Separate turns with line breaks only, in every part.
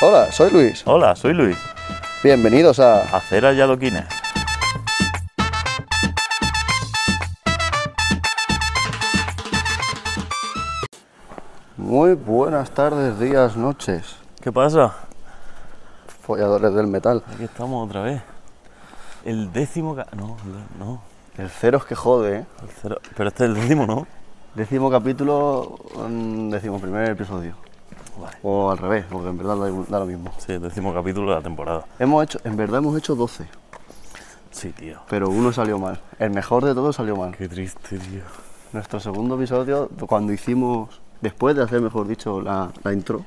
Hola, soy Luis.
Hola, soy Luis.
Bienvenidos a
Aceras y adoquines.
Muy buenas tardes, días, noches,
¿Qué pasa?
folladores del metal.
Aquí estamos otra vez. El décimo... ca- No, el- no.
El cero es que jode, ¿eh?
el cero- Pero este es el décimo, ¿no?
Décimo capítulo, mm, décimo primer episodio.
Vale.
O al revés, porque en verdad da igual- da lo mismo.
Sí, el décimo capítulo de la temporada.
Hemos hecho, en verdad hemos hecho 12,
Sí, tío.
pero uno salió mal. El mejor de todos salió mal.
Qué triste, tío.
Nuestro segundo episodio, cuando hicimos, después de hacer, mejor dicho, la, la intro,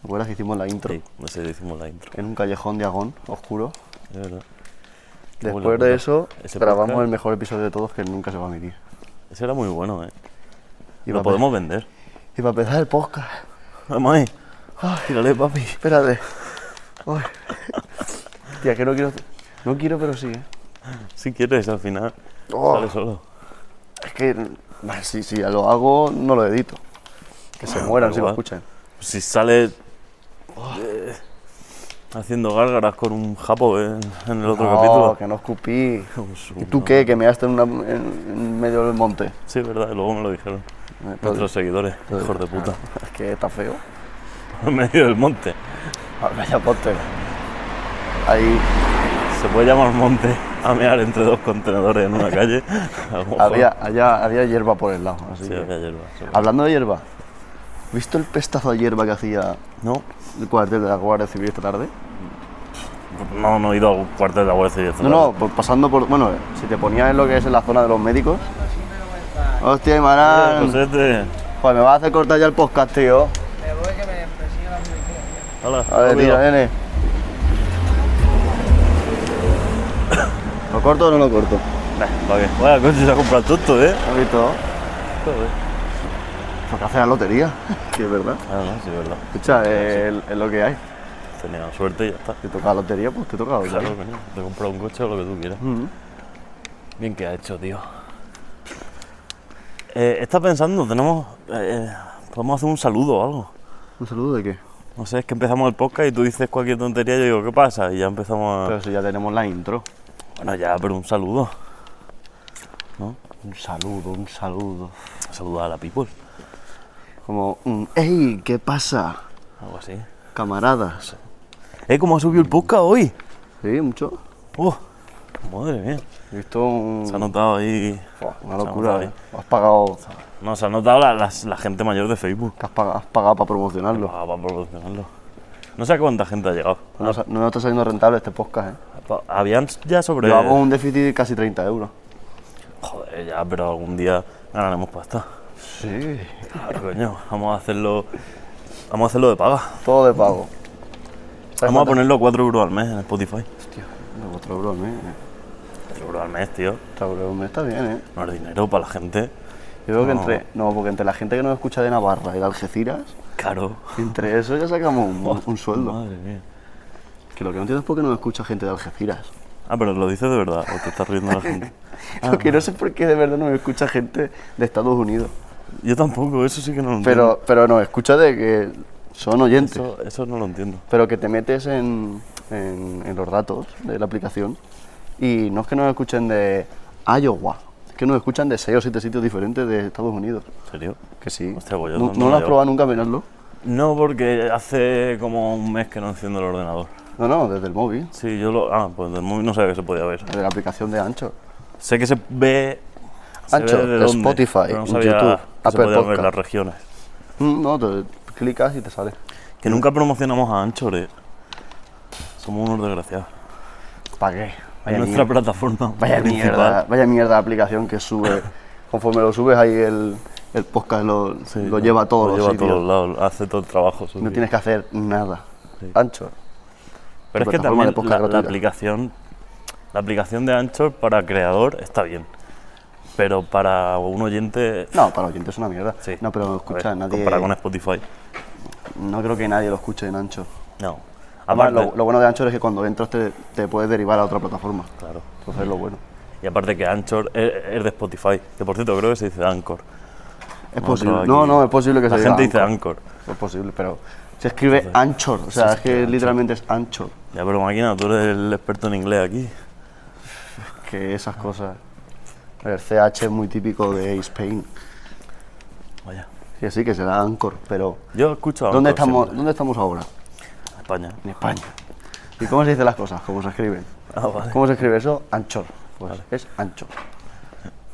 ¿te acuerdas que hicimos la intro?
Sí, no sé, hicimos la intro.
En un callejón de Agón, oscuro.
De verdad. Qué buena
Después de
onda.
eso,
Ese
grabamos
podcast-
el mejor episodio de todos que nunca se va a emitir.
Ese era muy bueno, ¿eh?
Y
lo
pa-
podemos vender. eh,
Y para empezar el podcast,
Vamos ahí. Tírale, papi.
espérate. Uy. Tía, que no quiero. No quiero, pero sí, ¿eh?
Si quieres, al final.
Oh.
Sale solo.
Es que. bah, sí, sí, ya lo hago, no lo edito. Que
Ah,
se mueran si lo
igual.
escuchan.
Si sale eh, haciendo gárgaras con un japo en, en el otro
No,
capítulo.
que no escupí.
Con su-
Oh, ¿Y tú qué? Que me gasté en, una- en- en medio del monte.
Sí, es verdad, y luego me lo dijeron
Eh, pero-
nuestros seguidores, hijos de puta.
Es que está feo.
En medio del monte.
Ah, Vaya póster. Ahí
Se puede llamar monte a mear entre dos contenedores en una calle. A lo mejor-
había, allá, había hierba por el lado. así
Sí,
que-
había hierba. sí.
Hablando de hierba, ¿visto el pestazo de hierba que hacía
No,
el cuartel de la Guardia Civil esta tarde?
no, no he ido a un cuartel de la Guardia Civil. esta
No,
tarde.
no, por- pasando por. Bueno, eh, si te ponías en lo que es en la zona de los médicos. Hostia, Imarán.
Pues este-
Pues me vas a hacer cortar ya el podcast, tío.
Hala,
A ver,
rápido.
tío, nene. ¿Lo corto o no lo corto?
Nah, ¿pa' qué? Vaya coche se ha comprado el tonto, ¿eh?
¿Has visto?
Joder.
Porque hace la lotería, que es verdad.
Ah, no, sí, es verdad.
Escucha, eh, el- es lo que hay.
Tenía suerte y ya está.
Te toca la lotería, pues te toca la lotería.
Claro, coño, te he comprado un coche o lo que tú quieras.
Ujú.
Bien que ha hecho, tío. Eh, está pensando, tenemos. eh, podemos hacer un saludo o algo.
¿Un saludo de qué?
No sé, es que empezamos el podcast y tú dices cualquier tontería, yo digo, ¿qué pasa? Y ya empezamos a.
Ah. Pero si ya tenemos la intro.
Bueno, ya, pero un saludo. ¿No?
Un saludo, un saludo.
Saludar a la people.
Como un ¡Ey! ¿Qué pasa?
Algo así.
Camaradas.
¡Eh, cómo ha subido el podcast hoy!
Sí, mucho.
¡Oh! Madre mía.
He visto un-
Se ha notado ahí.
Fua, una
se ha
locura.
notado,
¿eh? Has pagado.
No, se ha notado la, las- la gente mayor de Facebook.
que has pagado, has pagado para promocionarlo.
Ah, para promocionarlo. No sé a cuánta gente ha llegado.
No, nos- no nos está saliendo rentable este podcast, ¿eh?
Pa- Habían ya sobre.
Yo hago un déficit de casi 30 euros.
Joder, ya, pero algún día ganaremos pasta.
Sí.
Claro, coño, vamos a hacerlo. Vamos a hacerlo de paga.
Todo de pago. ¿Sabes
Vamos a
cuánto?
ponerlo a 4 euros al mes en Spotify.
Hostia, no, otro bro, ¿eh?
4 euros al mes, tío.
Otro bro, me está bien, ¿eh?
No es dinero para la gente.
Yo creo que entre. No, porque entre la gente que nos escucha de Navarra y de Algeciras,
Caro.
entre eso ya sacamos un, un sueldo.
Madre mía.
Que lo que no entiendo es por qué no escucha gente de Algeciras.
Ah, pero lo dices de verdad, o te estás riendo la gente.
Lo que no sé por qué de verdad nos escucha gente de Estados Unidos.
Yo tampoco, eso sí que no lo entiendo.
Pero, pero nos escucha de que son oyentes.
Eso, eso no lo entiendo.
Pero que te metes en, en- en los datos de la aplicación y no es que nos escuchen de Iowa, es que nos escuchan de seis o siete sitios diferentes de Estados Unidos.
¿En serio?
Que sí.
Hostia, pues yo
¿No,
no-
no
no
lo
lo
has
llevo.
probado nunca, mirarlo?
No, porque hace como un mes que no enciendo el ordenador.
No, no, desde el móvil,
Sí, yo lo. Ah, pues del móvil no sabía que se podía ver.
desde la aplicación de Ancho.
Sé que se ve. se
Ancho,
ve de
de
dónde,
Spotify,
pero no
YouTube,
sabía que se
Apple
podían ver
Podcast.
las regiones.
Mm, No, te clicas y te sale.
Que nunca promocionamos a Anchor, eh. Somos unos desgraciados.
¿Para qué?
Es
Vaya,
nuestra
mier-
plataforma
vaya
principal.
mierda, vaya mierda de aplicación que sube. Conforme lo subes ahí el, el podcast lo,
Sí,
lo lleva a todos los
lo lleva a
sitios.
todos lados, hace todo el trabajo. sucio.
No tienes que hacer nada.
Sí.
Ancho.
Pero es que
plataforma de
también
podcast
la, la
gratuita.
aplicación, la aplicación de Anchor para creador está bien, pero para un oyente
No, para oyentes es una mierda.
sí.
No, pero escucha,
A ver,
nadie.
Comparado con Spotify,
No creo que nadie lo escuche en Ancho.
no.
Además,
Aparte,
lo, lo bueno de Ancho es que cuando entras te, te puedes derivar a otra plataforma.
claro.
Entonces es lo bueno.
e, Y aparte que Anchor es, es de Spotify, que por cierto creo que se dice Anchor.
Es posible.
aquí-
No, no, es posible que
La
se
gente dice
diga
Anchor.
Es posible, pero se escribe Anchor. O sea, es que literalmente es Anchor.
Ya, pero máquina, tú eres el experto en inglés aquí.
Que esas
Ah.
cosas. El CH es muy típico de Spain.
Vaya.
Que sí, que será Anchor, pero.
Yo escucho Anchor
¿Dónde estamos,
siempre.
¿Dónde estamos ahora?
España.
En España. ¿Y cómo se dicen las cosas? ¿Cómo se escriben?
Ah, vale.
¿Cómo se escribe eso? Anchor. Pues es Anchor.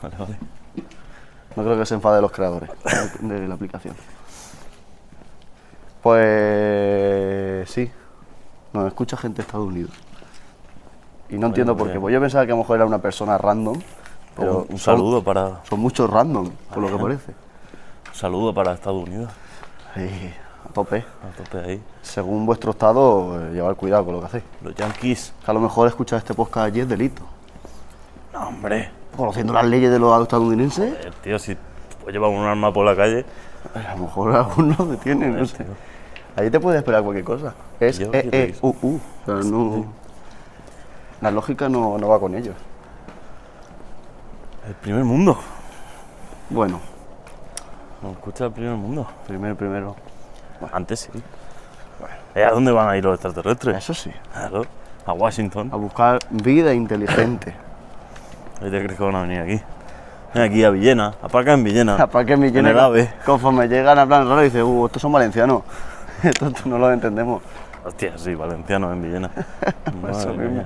Vale, vale.
No creo que se enfade los creadores de la aplicación. Pues sí, nos escucha gente de Estados Unidos. Y no entiendo por qué.
bien.
Pues yo pensaba que a lo mejor era una persona random, pero
un, un
son-
saludo para,
Son, muchos random, por lo que parece.
un saludo para Estados Unidos.
Sí, a tope.
A tope ahí.
Según vuestro estado, eh, llevar cuidado con lo que hacéis.
Los Yankees.
Que a lo mejor escuchar este podcast allí es delito.
No, hombre.
Conociendo las leyes de los estadounidenses,
El tío, si pues, lleva un arma por la calle,
a lo mejor algunos detienen. No sé. Allí te puede esperar cualquier cosa. Es
Yo
E,
quiero
E,
ir.
U, U. O sea, no- la lógica no, no va con ellos.
el primer mundo.
Bueno,
No escucha el primer mundo.
primero, primero.
Antes sí. Eh, ¿A dónde van a ir los extraterrestres?
Eso sí,
Claro, a Washington.
a buscar vida inteligente.
¿Y te crees que van a venir aquí? Ven aquí a Villena, aparca en Villena.
Aparte que me
En el AVE.
Conforme llegan, hablan raro y dicen, uh, estos son valencianos. Esto esto no lo entendemos.
Hostia, sí, valenciano en Villena. Madre
Eso
mía.
mismo.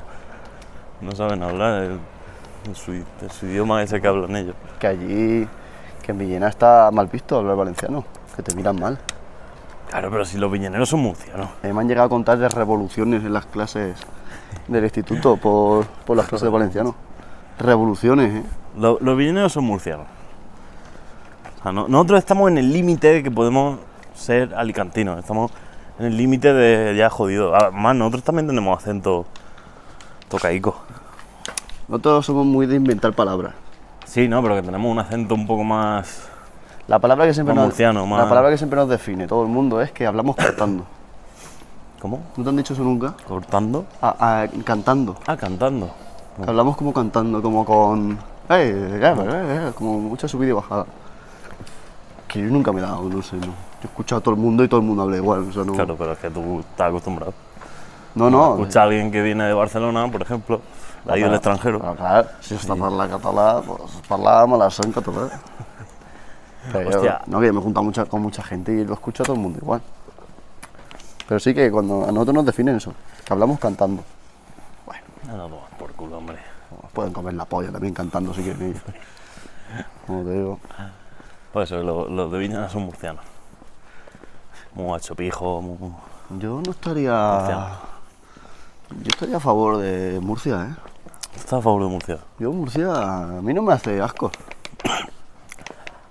No saben hablar el, el su, el su idioma ese que hablan ellos.
Que allí, que en Villena está mal visto hablar valenciano, que te miran mal.
Claro, pero si los villaneros son murcianos.
A mí me han llegado a contar de revoluciones en las clases del instituto por, por las clases de valenciano. Revoluciones, ¿eh?
Lo- los villaneros son murcianos. O sea, no- nosotros estamos en el límite de que podemos ser alicantinos. Estamos en el límite de ya jodido. Además, nosotros también tenemos acento tocaico.
Nosotros somos muy de inventar palabras.
Sí, no, pero que tenemos un acento un poco más.
La palabra que siempre
Más
nos,
murciano, más-
la palabra que siempre nos define todo el mundo es que hablamos cantando.
¿Cómo?
¿No te han dicho eso nunca?
¿Cortando?
A- a- cantando.
Ah, cantando.
Que hablamos como cantando, como con. "Eh, eh, eh, eh", como mucha subida y bajada. Que yo nunca me he dado, no sé. No. Yo he escuchado a todo el mundo y todo el mundo habla igual. o sea, no,
Claro, pero es que tú estás acostumbrado.
no. no
Escucha a alguien que viene de Barcelona, por ejemplo, de ahí del
Claro,
extranjero.
claro, claro, si está parla català, pues parlábamos la en català. Pero yo-
Hostia.
no, que yo me he juntado mucha- con mucha gente y lo escucha todo el mundo igual. Pero sí que cuando a nosotros nos definen eso, que hablamos cantando. Bueno,
No, no, pues, por culo, hombre.
pueden comer la polla también cantando si quieren ellos. Como te digo.
Por eso, lo- los, de Viñana son murcianos. Muy achopijo, muy.
Yo no estaría. Yo estaría a favor de Murcia, ¿eh?
Estás a favor de Murcia.
Yo Murcia, a mí no me hace asco.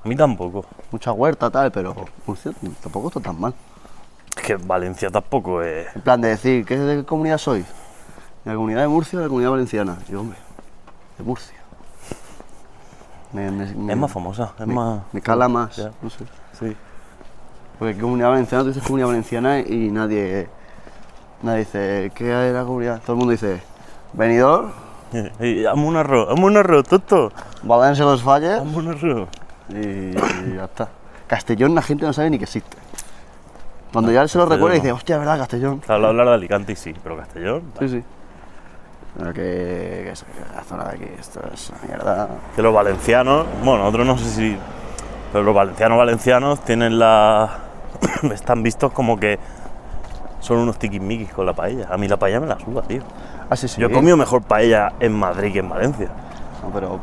A mí tampoco.
Mucha huerta, tal, pero Murcia tampoco está tan mal.
Es que Valencia tampoco es.
En plan de decir, ¿qué, ¿de qué comunidad sois? ¿De la comunidad de Murcia o de la comunidad valenciana? Y yo, hombre, de Murcia. Me- me- me-
Es más famosa, es
me-
más.
Me cala más,
Ya.
no sé.
Sí.
Porque comunidad valenciana, tú dices comunidad valenciana y nadie. Nadie dice, ¿qué hay de la comunidad? Todo el mundo dice, venidor,
Y hazme un arroz, hazme un arroz, tonto.
Valencia los Falles
Hazme un arroz.
y ya está. Castellón la gente no sabe ni que existe. Cuando ya se lo recuerda
Castellón
dice, hostia, ¿verdad, Castellón?
Claro, hablar de Alicante y sí, pero Castellón.
Sí, sí. Pero que, que es- que la zona de aquí, esto es una mierda.
Que los valencianos, bueno, otros no sé si. Pero los valencianos valencianos tienen la. están vistos como que son unos tiquismiquis con la paella. A mí la paella me la suda, tío.
Ah, sí, sí.
Yo he comido mejor paella en Madrid que en Valencia.
No, pero.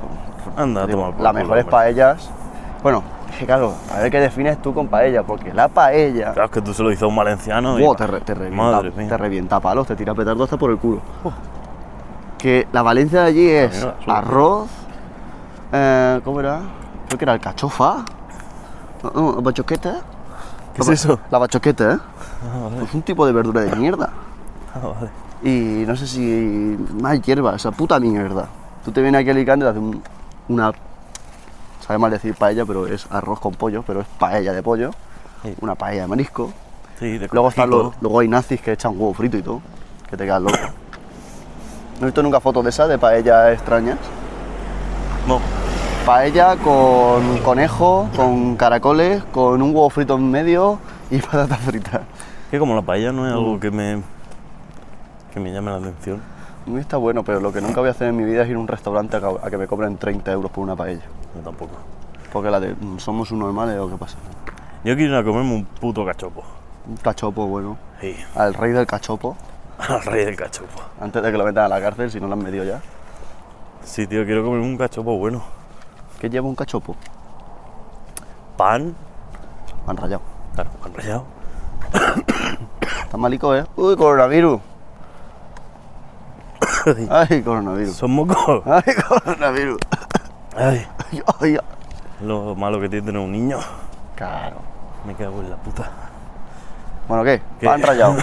Anda,
digo,
toma por
las
culo,
mejores
hombre.
paellas. Bueno, es que claro, a ver qué defines tú con paella, porque la paella.
Claro, es que tú se lo dices a un valenciano. y-
wow, te, re- te revienta,
Madre mía.
te revienta a palos, te tira petardo hasta por el culo. Que la Valencia de allí es
mierda, sí.
arroz. eh, ¿Cómo era? Creo que era el cachofa. No, no, bachoqueta.
¿Qué es eso?
La bachoqueta, ¿eh?
Ah, vale.
Es un tipo de verdura de mierda.
Ah, vale.
Y no sé si más hierba, esa puta mierda. Tú te vienes aquí a Alicante, te haces un- una. Sabe mal decir paella, pero es arroz con pollo, pero es paella de pollo.
Sí.
Una paella de marisco.
Sí, de
Luego, están
cojico.
los, luego hay nazis que echan huevo frito y todo, que te quedas loco. No he visto nunca fotos de esas, de paellas extrañas.
No,
paella con conejo, con caracoles, con un huevo frito en medio y patatas fritas.
Que como la paella no es algo que me. que me llame la atención.
A mí está bueno, pero lo que nunca voy a hacer en mi vida es ir a un restaurante a ca- a que me cobren 30 euros por una paella.
Yo tampoco.
Porque la de mm, somos un normales o qué pasa.
Yo quiero ir a comerme un puto cachopo.
Un cachopo, bueno.
Sí,
Al rey del cachopo,
al rey del cachopo.
antes de que lo metan a la cárcel, si no lo han metido ya.
Sí, tío, quiero comerme un cachopo bueno.
¿Qué lleva un cachopo?
Pan,
Me han rayado.
claro, pan rallado.
Están malicos, ¿eh? Uy, coronavirus. Ay, coronavirus.
Son mocos.
Ay, coronavirus.
Ay,
Ay, ay,
lo malo que tiene tener un niño.
Claro.
Me cago en la puta.
Bueno, ¿qué?
¿Qué?
Pan rayado.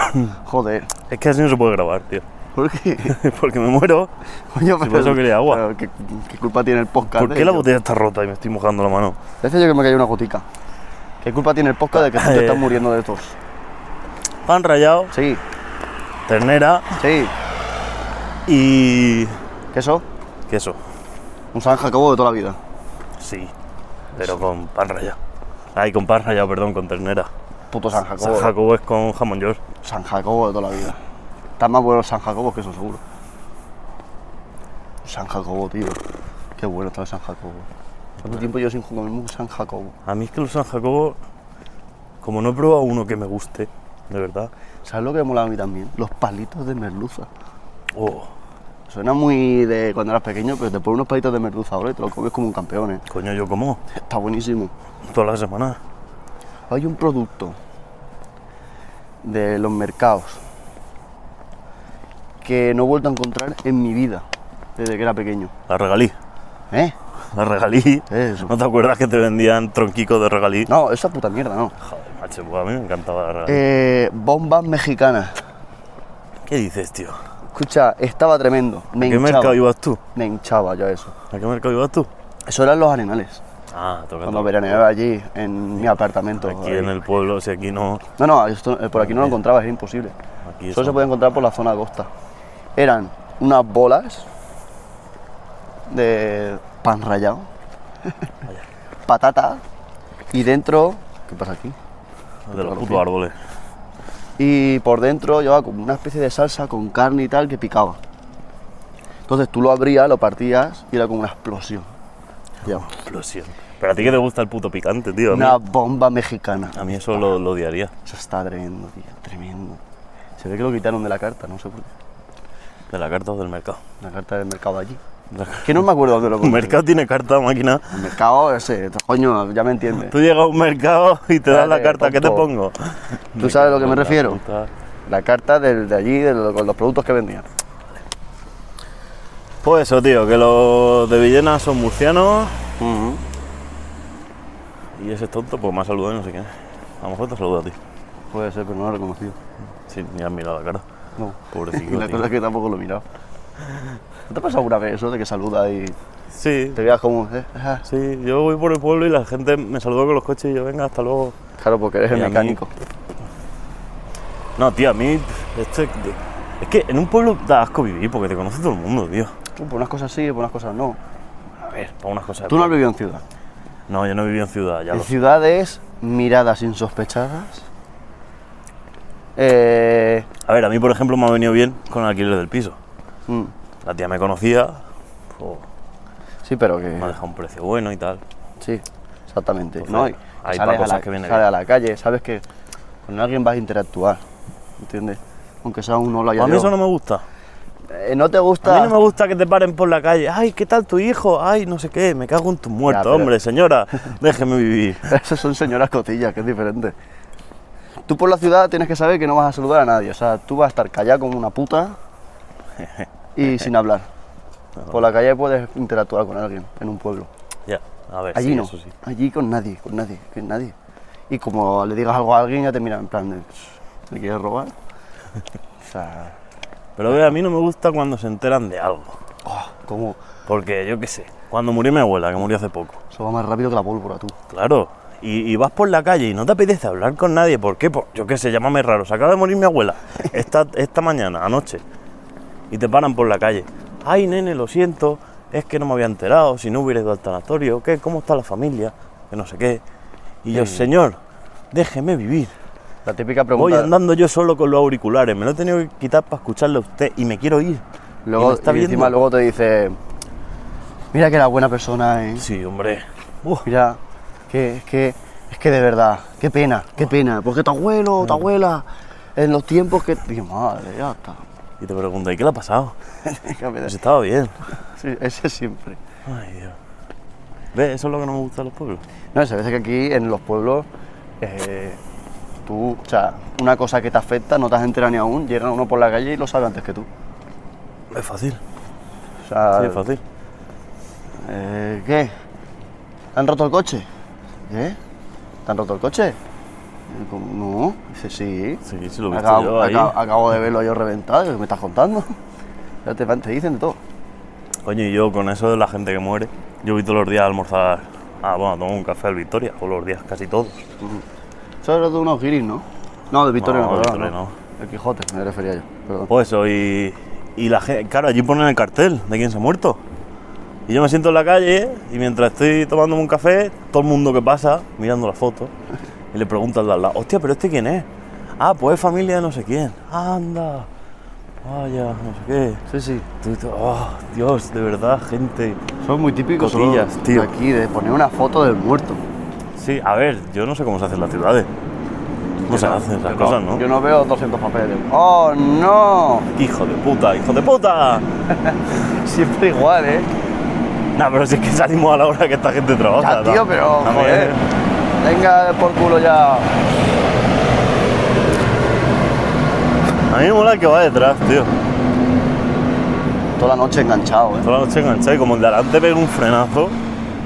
Joder.
Es que así no se puede grabar, tío.
¿Por qué?
Porque me muero.
Coño,
por eso quería agua.
pero ¿qué, qué culpa tiene el podcast?
¿Por
de
qué la
ello?
botella está rota y me estoy mojando la mano?
Parece yo que me cayó una gotica. ¿Qué culpa tiene el podcast de que tú te
Eh.
estás muriendo de tos?
Pan rallado,
Sí,
ternera
sí.
y.
¿Queso?
queso.
Un San Jacobo de toda la vida.
Sí, pero con pan rallado. Ay, con pan rallado, perdón, con ternera.
Puto San
San
Jacobo.
Jacobo es con jamón york.
San Jacobo de toda la vida. Están más buenos San Jacobo que eso, seguro. San Jacobo, tío. Qué bueno está el San Jacobo. ¿Cuánto tiempo yo sin comerme un San Jacobo?
A mí es que los San Jacobo, como no he probado uno que me guste, de verdad.
¿Sabes lo que me mola a mí también? Los palitos de merluza.
Oh,
Suena muy de cuando eras pequeño, pero te pones unos palitos de merluza ahora y te los comes como un campeón, ¿eh?
coño, yo como
Está buenísimo.
todas las semanas.
Hay un producto de los mercados que no he vuelto a encontrar en mi vida desde que era pequeño.
La regalí,
¿Eh?
la regalí.
Eso.
¿No te acuerdas que te vendían tronquicos de regalí?
No, esa puta mierda, no.
Joder, macho, pues a mí me encantaba la regalí.
Eh, bombas mexicanas.
¿Qué dices, tío?
Escucha, estaba tremendo. Me
¿A qué
hinchaba.
mercado ibas tú?
Me hinchaba yo a eso.
¿A qué mercado ibas tú?
Eso eran los arenales.
Ah, toca.
Cuando veraneaba allí, en mi apartamento.
Aquí
ahí.
en el pueblo, si aquí no.
No, no, esto- eh, por aquí no lo encontrabas, era imposible.
Aquí
Solo se
son-
podía encontrar por la zona costa. Eran unas bolas de pan rallado, patata y dentro. ¿Qué pasa aquí?
de los putos árboles.
Y por dentro llevaba como una especie de salsa con carne y tal que picaba. Entonces tú lo abrías, lo partías y era como una explosión. Ya.
Explosión. Pero a ti que te gusta el puto picante, tío. A mí,
Una bomba mexicana.
a mí eso lo, lo odiaría.
Eso está tremendo, tío, tremendo. Se ve que lo quitaron de la carta, no sé por qué.
De la carta o del mercado.
La carta del mercado de allí.
La-
Que no me acuerdo dónde lo
Un
compré.
mercado tiene carta, máquina.
El mercado, ese, coño, ya me entiendes.
Tú llegas a un mercado y te das la
Dale,
carta, ¿qué te
tonto.
pongo?
¿Tú sabes a lo que me refiero?
Puta.
La carta del, de allí, de lo- con los productos que vendían.
Pues eso, tío, que los de Villena son murcianos y ese tonto pues me ha saludado y no sé qué. A lo mejor te saluda a ti.
Puede ser, pero no lo he reconocido.
Sí, ni has mirado la cara.
No.
Pobrecito,
Y la
tío.
cosa es que tampoco lo he mirado. ¿No te ha pasado alguna vez eso de que saluda y
Sí,
te veas como... eh, ah?
sí, yo voy por el pueblo y la gente me saluda con los coches y yo, venga, hasta luego.
Claro, porque eres
Y
el
a mí-
mecánico.
No, tío, a mí pff, esto es, de- es que en un pueblo da asco vivir porque te conoce todo el mundo, tío.
Tú, por unas cosas sí, por unas cosas no.
A ver, para unas cosas.
Tú no has vivido en ciudad.
No, yo no he vivido en ciudad, ya
En
lo sé.
ciudades, miradas insospechadas. Eh,
A ver, a mí por ejemplo me ha venido bien con el alquiler del piso.
mm,
La tía me conocía, pues,
sí, pero que...
me ha dejado un precio bueno y tal.
Sí, exactamente.
Entonces,
¿no? Y-
hay
y
pa'
sales a
cosas
la,
que viene
sales
bien.
a la calle, sabes que con alguien vas a interactuar, ¿entiendes? Aunque sea un hola y
a mí
adiós.
eso no me gusta.
Eh, no te gusta...
A mí no me gusta que te paren por la calle. Ay, ¿qué tal tu hijo? Ay, no sé qué, me cago en tu muerto,
pero-
hombre, señora. Déjeme vivir.
Esas son señoras cotillas, que es diferente. Tú por la ciudad tienes que saber que no vas a saludar a nadie. O sea, tú vas a estar callado como una puta y sin hablar. Por la calle puedes interactuar con alguien en un pueblo.
Ya, a ver.
Allí
sí,
no.
Eso sí.
Allí con nadie, con nadie, con nadie. Y como le digas algo a alguien ya te miran en plan de... ¿Me quieres robar? O sea...
Pero ve, a mí no me gusta cuando se enteran de algo.
oh, como...
Porque yo qué sé, cuando murió mi abuela, que murió hace poco,
Eso va más rápido que la pólvora, tú.
claro, y, y vas por la calle y no te apetece hablar con nadie, ¿por qué? Por- yo qué sé, llámame raro, se acaba de morir mi abuela, esta, esta mañana, anoche, y te paran por la calle. Ay, nene, lo siento, es que no me había enterado, si no hubiera ido al tanatorio, ¿qué? ¿Cómo está la familia? Que no sé qué. Y yo,
Sí.
señor, déjeme vivir.
La típica
Voy
pregunta.
andando yo solo con los auriculares, me lo he tenido que quitar para escucharle a usted y me quiero ir. y
luego,
me está
y encima
viendo.
luego te dice, mira que era buena persona, ¿eh?
Sí, hombre. Uf,
Mira, que, es que, es que de verdad, qué pena, qué pena. Porque tu abuelo, tu abuela, en los tiempos que... Digo, madre, ya está.
Y te pregunté, ¿y qué le ha pasado?
Déjame de-
Pues estaba bien.
Sí, ese siempre.
Ay, Dios. ¿Ves? Eso es lo que no me gusta de los pueblos.
No, y sabes que aquí en los pueblos, eh, tú, o sea, una cosa que te afecta, no te has enterado ni aún, llega uno por la calle y lo sabe antes que tú.
Es fácil.
O sea,
Sí, es fácil.
eh, ¿qué? ¿Han roto el coche? ¿Qué? ¿Te han roto el coche? Y como, No, dice sí.
Sí, sí, lo he visto
acabo,
yo ahí.
acabo- acabo de verlo yo reventado, digo, ¿qué me estás contando? Ya te, van- te dicen de todo.
Coño, y yo con eso de la gente que muere, yo voy todos los días a almorzar. Ah, bueno, tomo un café al Victoria, todos los días, casi todos.
Eso era de unos giris, ¿no? No, de Victoria
No,
no,
de
perdón,
Victoria
El Quijote, me refería yo, perdón.
Pues eso, y, y la gente, claro, allí ponen el cartel de quién se ha muerto. Y yo me siento en la calle y mientras estoy tomándome un café, todo el mundo que pasa mirando la foto y le pregunta al de al lado, hostia, pero este quién es? Ah, pues es familia de no sé quién. Anda, vaya, no sé qué.
Sí, sí.
Tú- tú- oh, Dios, de verdad, gente.
Son muy típicos
Cotillas,
solo
tío.
aquí de poner una foto del muerto.
Sí, a ver, yo no sé cómo se hacen las ciudades. No se hacen esas
Yo
cosas, ¿no?
Yo no veo 200 papeles. ¡Oh, no!
Hijo de puta, hijo de puta.
Siempre igual, ¿eh?
Nah, pero si es que salimos a la hora que esta gente trabaja.
Ya, tío,
¿no?
pero
También.
joder. Venga por culo ya.
A mí me mola el que va detrás, tío.
Toda la noche enganchado, ¿eh?
Toda la noche enganchado y como el de adelante pega un frenazo,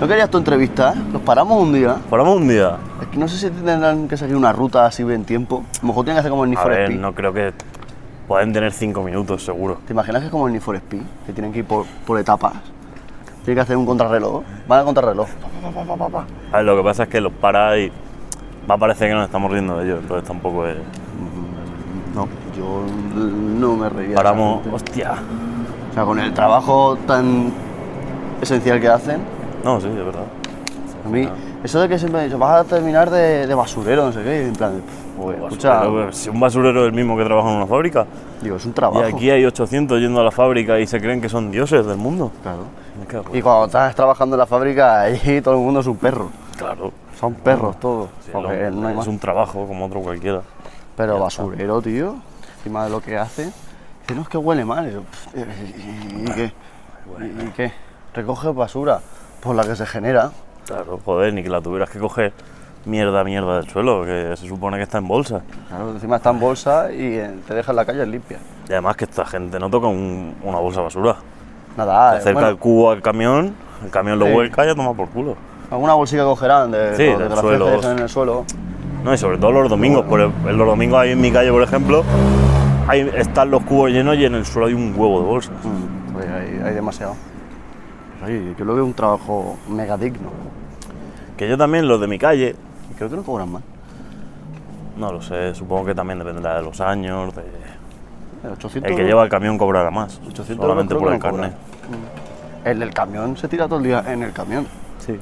¿No querías tu entrevista? eh? Nos paramos un día.
paramos un día.
Es que no sé si tendrán que seguir una ruta así en tiempo. A lo mejor tienen que hacer como el Need
A
for
ver,
Speed.
no creo que pueden tener cinco minutos, seguro.
¿Te imaginas que es como el Need for Speed? Que tienen que ir por, por etapas. Tienen que hacer un contrarreloj. Van a contrarreloj. Pa, pa, pa, pa, pa.
A ver, lo que pasa es que los para y va a parecer que nos estamos riendo de ellos, entonces tampoco es... No,
Yo no me reiría. de esa
paramos...
gente.
Hostia.
O sea, con el trabajo tan esencial que hacen,
No, sí, es verdad.
a mí, eso de que siempre han dicho, vas a terminar de, de basurero, no sé qué, y en plan, pues, escucha,
Basurero, Si un basurero es el mismo que trabaja en una fábrica,
digo, es un trabajo.
Y aquí hay 800 yendo a la fábrica y se creen que son dioses del mundo.
Claro.
Me cago en-
Y cuando estás trabajando en la fábrica, ahí todo el mundo es un perro.
Claro.
Son perros todos.
Sí,
Aunque
el hombre
no hay
es
más.
un trabajo como otro cualquiera.
Pero basurero, tío, encima de lo que hace, dice, no, es que huele mal. Y yo, "Pff, eh, ¿Y, y- y qué? ¿Y, y qué? Recoge basura por la que se genera.
Claro, joder, ni que la tuvieras que coger mierda, mierda del suelo, que se supone que está en bolsa.
Claro, encima está en bolsa y eh, te deja en la calle limpia.
Y además que esta gente no toca un- una bolsa de basura.
Nada, eh,
Acerca
bueno,
el cubo al camión, el camión lo
Sí.
vuelca y ya toma por culo.
Alguna bolsica cogerán de
Sí,
lo que
del
te la
suelo.
dejan en el suelo.
No, y sobre todo los domingos, por el- los domingos ahí en mi calle, por ejemplo, ahí están los cubos llenos y en el suelo hay un huevo de bolsa.
Mm, oye, hay, hay demasiado. Oye, yo lo veo un trabajo mega digno.
Que yo también, los de mi calle,
Y Creo que no cobran mal.
No lo sé, supongo que también dependerá de los años, de...
El 800
El que
no-
lleva el camión cobrará más,
800
solamente
euros
por
creo
el
que no
carnet.
cobran. Mm. El del camión se tira todo el día en el camión.
Sí.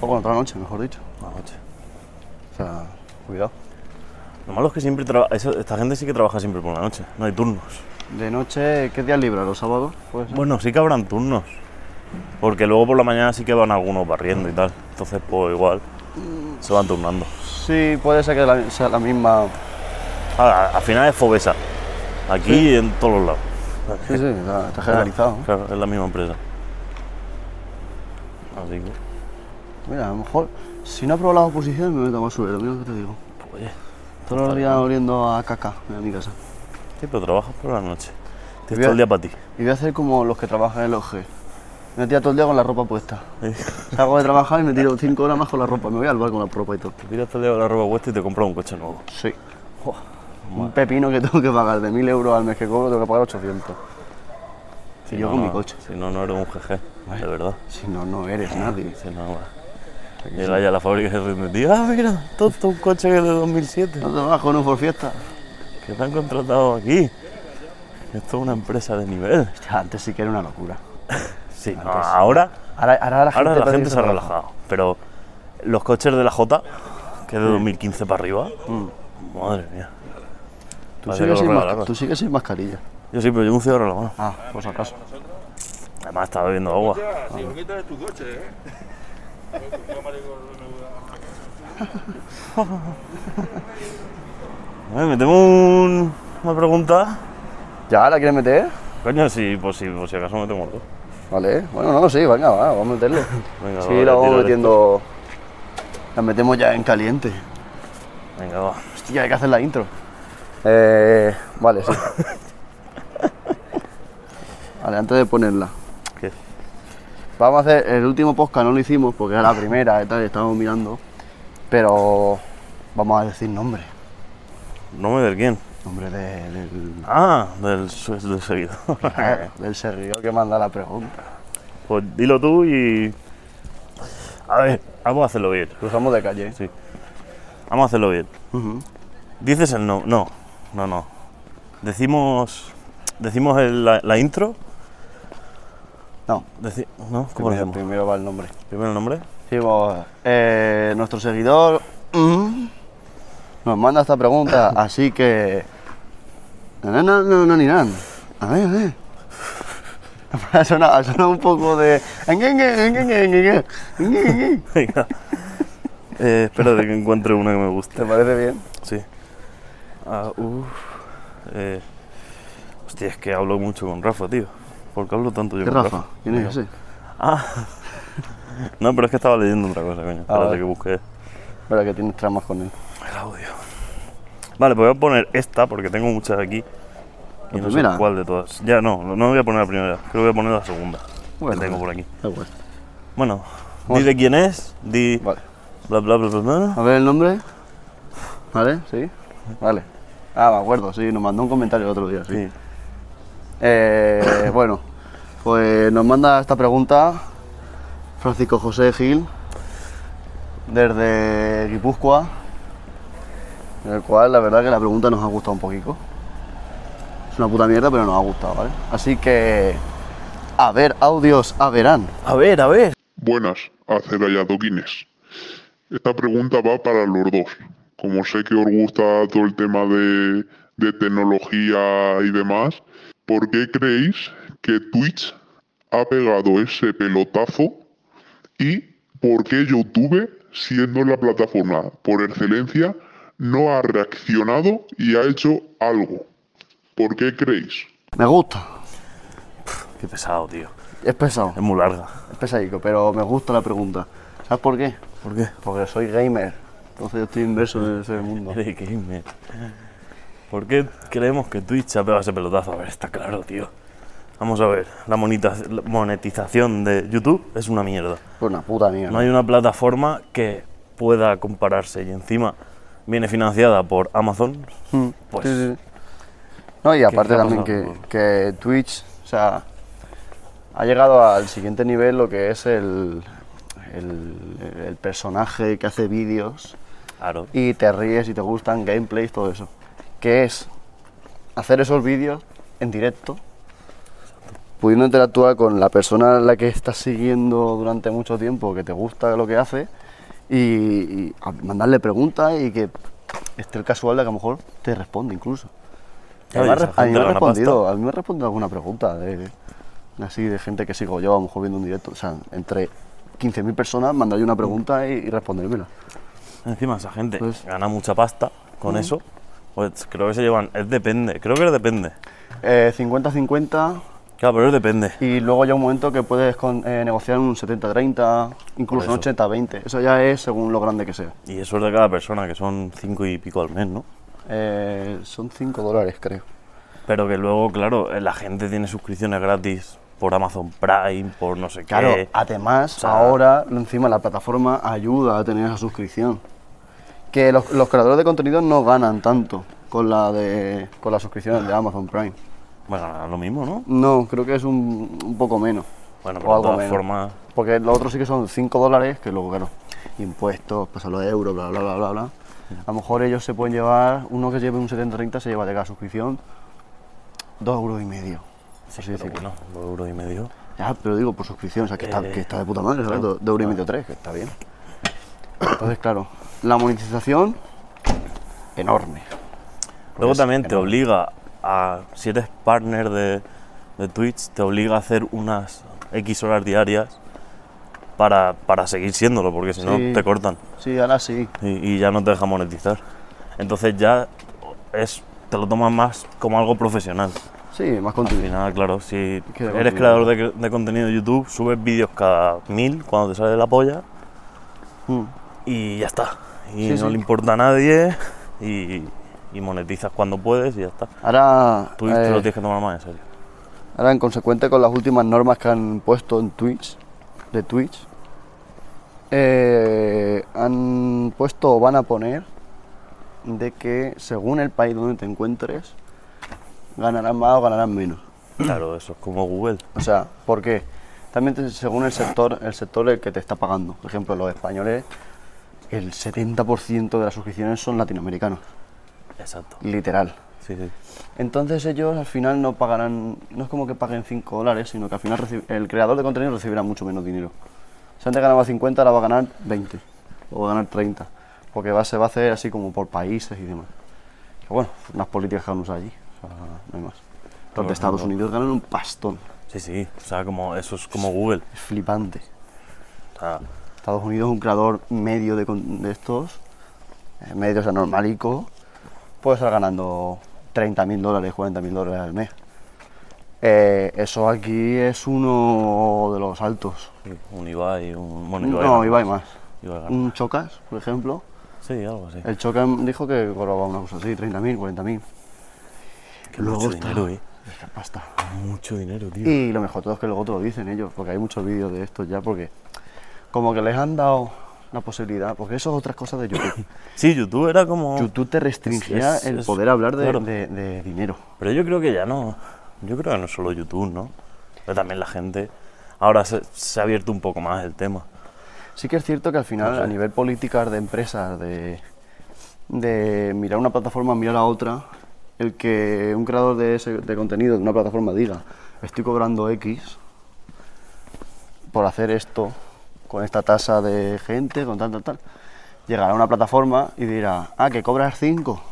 O bueno, toda la noche, mejor dicho.
noche.
O sea, cuidado.
Lo malo es que siempre traba- eso- esta gente sí que trabaja siempre por la noche, no hay turnos.
De noche, ¿qué días libra? ¿Los sábados? Pues,
Bueno, sí que habrán turnos, porque luego por la mañana sí que van algunos barriendo y tal, entonces pues igual se van turnando.
sí, puede ser que la- sea la misma.
Ah, al final es Fobesa, aquí y en todos los lados.
Sí, sí, está está generalizado. ¿no?
Claro, es la misma empresa. Así que,
Mira, a lo mejor, si no apruebo las oposiciones, me meto a basurero, mira lo que te digo.
pues, oye,
Todos los días oliendo a caca en mi casa.
sí, pero trabajas por la noche, tienes
Bien.
todo el día para ti.
Y voy a hacer como los que trabajan en el OG. Me tiro todo el día con la ropa puesta. Salgo de trabajar y me tiro 5 horas más con la ropa. Me voy al bar con la ropa y todo.
Te tiras todo el día con la ropa puesta y te compras un coche nuevo.
Sí. Un pepino que tengo que pagar de 1000 euros al mes que cobro, tengo que pagar 800. Si yo
no,
con
no,
mi coche.
Si no, no eres un jeje, de verdad.
Si no, no eres nadie.
Si no, va. Llega ya a la fábrica y se rinde. tío, Ah, mira, tonto, un coche que es de 2007.
No te vas con un for fiesta.
Que te han contratado aquí. Esto es una empresa de nivel.
Hostia, Antes sí que era una locura.
Sí, no,
Antes.
ahora,
Ahora, ahora la gente,
ahora la
parece
gente
que
se ha relajado. Pero los coches de la J, que es de 2015 para arriba, madre mía.
Mm. Tú
Parece que
sigues,
lo
sin masca-
regalaron.
tú sigues sin mascarilla.
Yo sí, pero llevo un cigarro en la mano.
Ah, pues acaso.
Además, estaba bebiendo agua.
Si lo quitas de tu coche, ¿eh? Yo, marico, me voy a-
Eh, metemos un- una pregunta.
¿Ya la quieres meter?
Coño, si, pues, si, pues si acaso metemos dos.
Vale, bueno, no, sí, venga, va, vamos a meterle.
Venga,
sí,
va,
la
tira
vamos
de
metiendo. La metemos ya en caliente.
Venga, va.
Hostia, hay que hacer la intro. Eh, vale, sí. vale, antes de ponerla.
¿Qué?
Vamos a hacer el último podcast, no lo hicimos porque era la primera y tal, y estábamos mirando. Pero vamos a decir nombre.
¿Nombre del quién?
Nombre de- del,
Ah, del, su- del seguidor.
del servidor que manda la pregunta.
pues dilo tú y. A ver, vamos a hacerlo bien.
Cruzamos de calle.
Sí. Vamos a hacerlo bien.
Ujú.
Dices el no. No, no, no. Decimos. Decimos el- la, la intro.
No,
Deci- ¿No? ¿Cómo lo
primero,
hacemos?
primero va el nombre.
Primero el nombre.
Decimos, eh, nuestro seguidor mm, nos manda esta pregunta, así que... No, no, no, no, ni nada. A ver, a ver. Ha sonado, ha sonado un poco de... ¿Te
Venga. Eh, espera de que encuentre una que me guste.
parece bien?
Sí. Ah, uf. Eh, hostia, es que hablo mucho con Rafa, tío. ¿Por qué hablo tanto yo
¿Qué
con
Rafa? ¿Quién es ese?
Ah. No, pero es que estaba leyendo otra cosa, coño. Espérate
Ah, vale.
que busque
Verdad que tienes tramas con él.
el audio. Vale, pues voy a poner esta porque tengo muchas aquí. Y
¿La
no
primera?
sé cuál de todas. Ya, no, no voy a poner la primera. Creo que voy a poner la segunda.
Bueno,
que tengo por aquí.
Da igual.
Bueno,
Vamos.
di de quién es, di
Vale.
bla bla bla bla bla.
A ver el nombre. ¿Vale? ¿Sí? Vale. Ah, me acuerdo, sí, nos mandó un comentario el otro día, sí.
Sí.
Eh, bueno, pues nos manda esta pregunta Francisco José Gil desde Guipúzcoa, en el cual la verdad que la pregunta nos ha gustado un poquito. Es una puta mierda, pero nos ha gustado, ¿vale? Así que, a ver, audios, a verán.
A ver, a ver.
Buenas, aceralladoquines. Esta pregunta va para los dos. Como sé que os gusta todo el tema de, de tecnología y demás, ¿por qué creéis que Twitch ha pegado ese pelotazo? ¿Y por qué YouTube, siendo la plataforma por excelencia, no ha reaccionado y ha hecho algo? ¿Por qué creéis?
Me gusta,
Qué pesado, tío.
es pesado,
Es muy larga.
es pesadico, pero me gusta la pregunta. ¿Sabes por qué?
¿Por qué?
Porque soy gamer, entonces yo estoy inverso en ese mundo.
De gamer. ¿Por qué creemos que Twitch ha pegado ese pelotazo? A ver, está claro, tío. Vamos a ver, la monita- la monetización de YouTube es una mierda.
Pues una puta mierda.
No hay una plataforma que pueda compararse y encima viene financiada por Amazon.
Mm,
Pues-
sí, sí, sí. No, y aparte
qué ha
también que,
pasado?
que Twitch, o sea, ha llegado al siguiente nivel lo que es el, el, el personaje que hace vídeos
Claro.
y te ríes y te gustan gameplays, todo eso. Que es hacer esos vídeos en directo, pudiendo interactuar con la persona a la que estás siguiendo durante mucho tiempo, que te gusta lo que hace, y, y a- mandarle preguntas y que esté el casual de que a lo mejor te responde incluso.
Claro, y
Además,
esa
res- a mí me
gente
ha
gana
respondido, a mí me ha respondido alguna pregunta de, así de gente que sigo yo, a lo mejor viendo un directo. O sea, entre 15.000 personas mandarle una pregunta y, y respondérmela.
Encima esa gente
Pues- Hmm.
gana mucha pasta con eso. Pues creo que se llevan, es depende, creo que es depende.
Eh, 50-50
Claro, pero es depende.
y luego ya un momento que puedes con- eh, negociar un 70-30, incluso un
Por
80-20. Eso ya es según lo grande que sea.
Y eso es de cada persona, que son cinco y pico al mes, ¿no?
Eh, son 5 dólares, creo.
Pero que luego, claro, eh, la gente tiene suscripciones gratis por Amazon Prime, por no sé
Claro,
qué.
Eh, además,
sea-
ahora encima la plataforma ayuda a tener esa suscripción. Que los, los creadores de contenido no ganan tanto con la de con las suscripciones de Amazon Prime.
Bueno, nada, lo mismo, ¿no?
No, creo que es un, un poco menos.
Bueno,
o
pero de
algo
todas
menos.
formas,
Porque los otros sí que son 5 dólares, que luego, claro, impuestos, pasarlo de euros, bla, bla, bla, bla, bla. A lo mejor ellos se pueden llevar, uno que lleve un 70-30 se lleva de cada suscripción 2 euros y medio. Así de
pero
simple.
bueno, dos euros y medio.
Ya, pero digo, por suscripción, o sea, que, está,
Eh,
que está de puta madre, ¿sabes? De de euro y medio tres, que está bien. Entonces, claro, la monetización, enorme.
Luego
es
también te
enorme.
obliga a, si eres partner de, de Twitch, te obliga a hacer unas X horas diarias para, para seguir siéndolo, porque si no
Sí.
te cortan
Sí, ahora sí.
y, y ya no te deja monetizar. Entonces ya es, te lo tomas más como algo profesional.
Sí, más
Al
contenido.
final, claro,
que
si
de contenido.
eres creador de, de contenido de YouTube, subes vídeos cada mil cuando te sale la polla
Mm.
y ya está. Y
Sí,
no
sí.
le importa a nadie y, y monetizas cuando puedes y ya está.
Ahora,
Tú te
eh,
lo tienes que tomar más en serio.
ahora en consecuente con las últimas normas que han puesto en Twitch, de Twitch, eh, han puesto o van a poner de que según el país donde te encuentres, ganarás más o ganarás menos.
Claro, eso es como Google.
O sea, ¿por qué? También te- según el sector, el sector el que te está pagando. Por ejemplo, los españoles, el 70% de las suscripciones son latinoamericanos,
Exacto.
literal.
Sí, sí.
Entonces ellos al final no pagarán, no es como que paguen 5 dólares, sino que al final reci- el creador de contenido recibirá mucho menos dinero. Si antes ganaba 50, ahora va a ganar 20 o va a ganar 30, porque va, se va a hacer así como por países y demás. Que bueno, unas políticas que han usado allí, o sea, no hay más. Los de Estados Unidos ganan un pastón,
Sí, sí. O sea, como, eso es como Google.
es flipante.
O sea,
Estados Unidos, un creador medio de, con- de estos, eh, medio, o sea, normalico, puede estar ganando 30.000 dólares, 40.000 dólares al mes. Eh, eso aquí es uno de los altos.
un Ibai, un... Bueno, Ibai
No,
gana.
Ibai más.
Ibai gana.
Un Chocas, por ejemplo.
Sí, algo así.
El Chocas dijo que cobraba una cosa así, 30.000, 40.000.
Que mucho dinero, ¿eh?
Es que pasta.
Mucho dinero, tío.
Y lo mejor todo es que luego te lo dicen ellos, porque hay muchos vídeos de estos ya, porque como que les han dado la posibilidad, porque eso es otras cosas de YouTube.
Sí, YouTube era como...
YouTube te restringía
Es- es-
el
es-
poder hablar de,
claro.
de- de dinero.
Pero yo creo que ya no. Yo creo que no es solo YouTube, ¿no? Pero también la gente. Ahora se, se ha abierto un poco más el tema.
Sí que es cierto que al final, a nivel políticas de empresas, de, de mirar una plataforma, mirar a otra, el que un creador de, ese- de contenido de una plataforma diga, estoy cobrando X por hacer esto, con esta tasa de gente, con tal, tal, tal, llegará a una plataforma y dirá, ah, que cobras 5,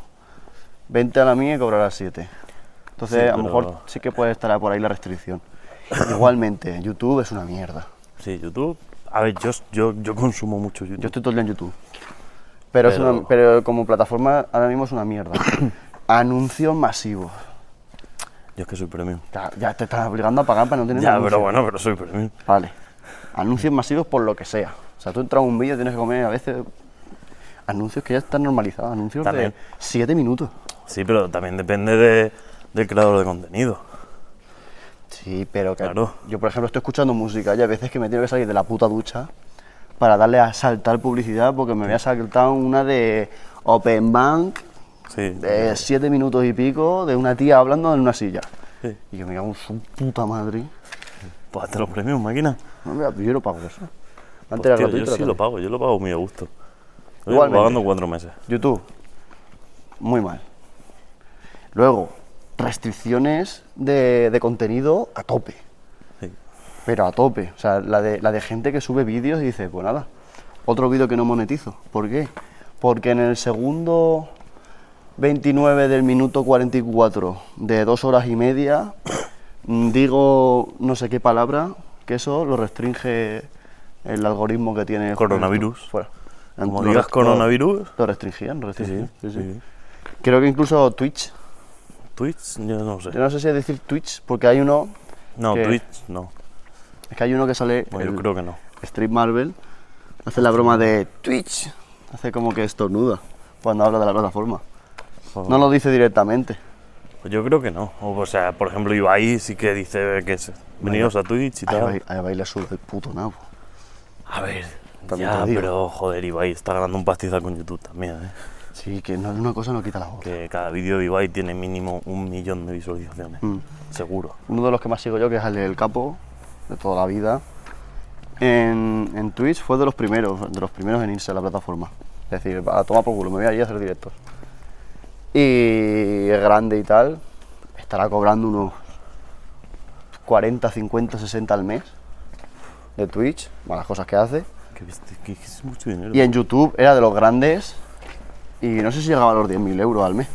vente a la mía y cobrarás 7. Entonces,
Sí,
a lo mejor
pero-
sí que puede estar por ahí la restricción. Igualmente, YouTube es una mierda.
Sí, YouTube. A ver, yo, yo, yo consumo mucho YouTube.
Yo estoy todo el día en YouTube. Pero, es
Pero-
una- pero como plataforma ahora mismo es una mierda. Anuncios masivos.
Yo es que soy premium.
Ya, ya te estás obligando a pagar para no tener
Ya,
anuncios.
pero bueno, pero soy premium.
Vale. Anuncios masivos por lo que sea. O sea, tú entras a un vídeo y tienes que comer a veces anuncios que ya están normalizados. Anuncios
También.
de 7 minutos.
Sí, pero también depende de- del creador de contenido.
Sí, pero que
Claro.
yo, por ejemplo, estoy escuchando música y a veces que me tengo que salir de la puta ducha para darle a saltar publicidad porque me voy a saltar una de Open Bank
Sí.
de siete minutos y pico de una tía hablando en una silla.
Sí.
Y yo me cago en su puta madre.
Pues hazte los premium, máquina.
No, mira, yo no pago eso. Antes
Pues,
era
tío,
gratuito,
yo
ahora
sí lo
también.
pago, yo lo pago muy a gusto. Yo llevo
Igualmente.
pagando cuatro meses.
YouTube, muy mal. Luego, restricciones de, de contenido a tope.
Sí.
Pero a tope. O sea, la de, la de gente que sube vídeos y dice, pues nada, otro vídeo que no monetizo. ¿Por qué? Porque en el segundo 29 del minuto 44 de dos horas y media mm, digo no sé qué palabra, que eso lo restringe el algoritmo que tiene.
Coronavirus.
Fuera.
Como
Lo
digas
rest-
coronavirus.
Lo restringían, lo
Sí, sí.
restringían. sí, sí.
sí, sí.
Creo que incluso Twitch.
Twitch, yo no sé.
Yo no sé si decir Twitch, porque hay uno.
No,
¿Qué?
Twitch, no.
Es que hay uno que sale.
Bueno, yo
el
creo que no.
Street Marvel. Hace la broma de Twitch. Hace como que estornuda cuando habla de la plataforma.
Joder.
No lo dice directamente.
Pues yo creo que no. O, o sea, por ejemplo, Ibai sí que dice que es venidos a Twitch y
A
tal.
Ibai- A Ibai le sube el puto nabo.
A ver,
También
ya,
te digo.
pero joder, Ibai está ganando un pastizal con YouTube también, ¿eh?
Sí, que no, una cosa no quita la otra.
Que cada vídeo de Ibai tiene mínimo un millón de visualizaciones.
Mm.
Seguro.
Uno de los que más sigo yo, que es el del Capo, de toda la vida. En, en Twitch fue de los primeros, de los primeros en irse a la plataforma. Es decir, a tomar por culo, me voy allí a hacer directos. Y es grande y tal, estará cobrando unos 40, 50, 60 al mes de Twitch, bueno, las cosas que hace.
Que, viste- que- que es mucho dinero.
Y en YouTube era de los grandes y no sé si llegaba a los 10.000 euros al mes.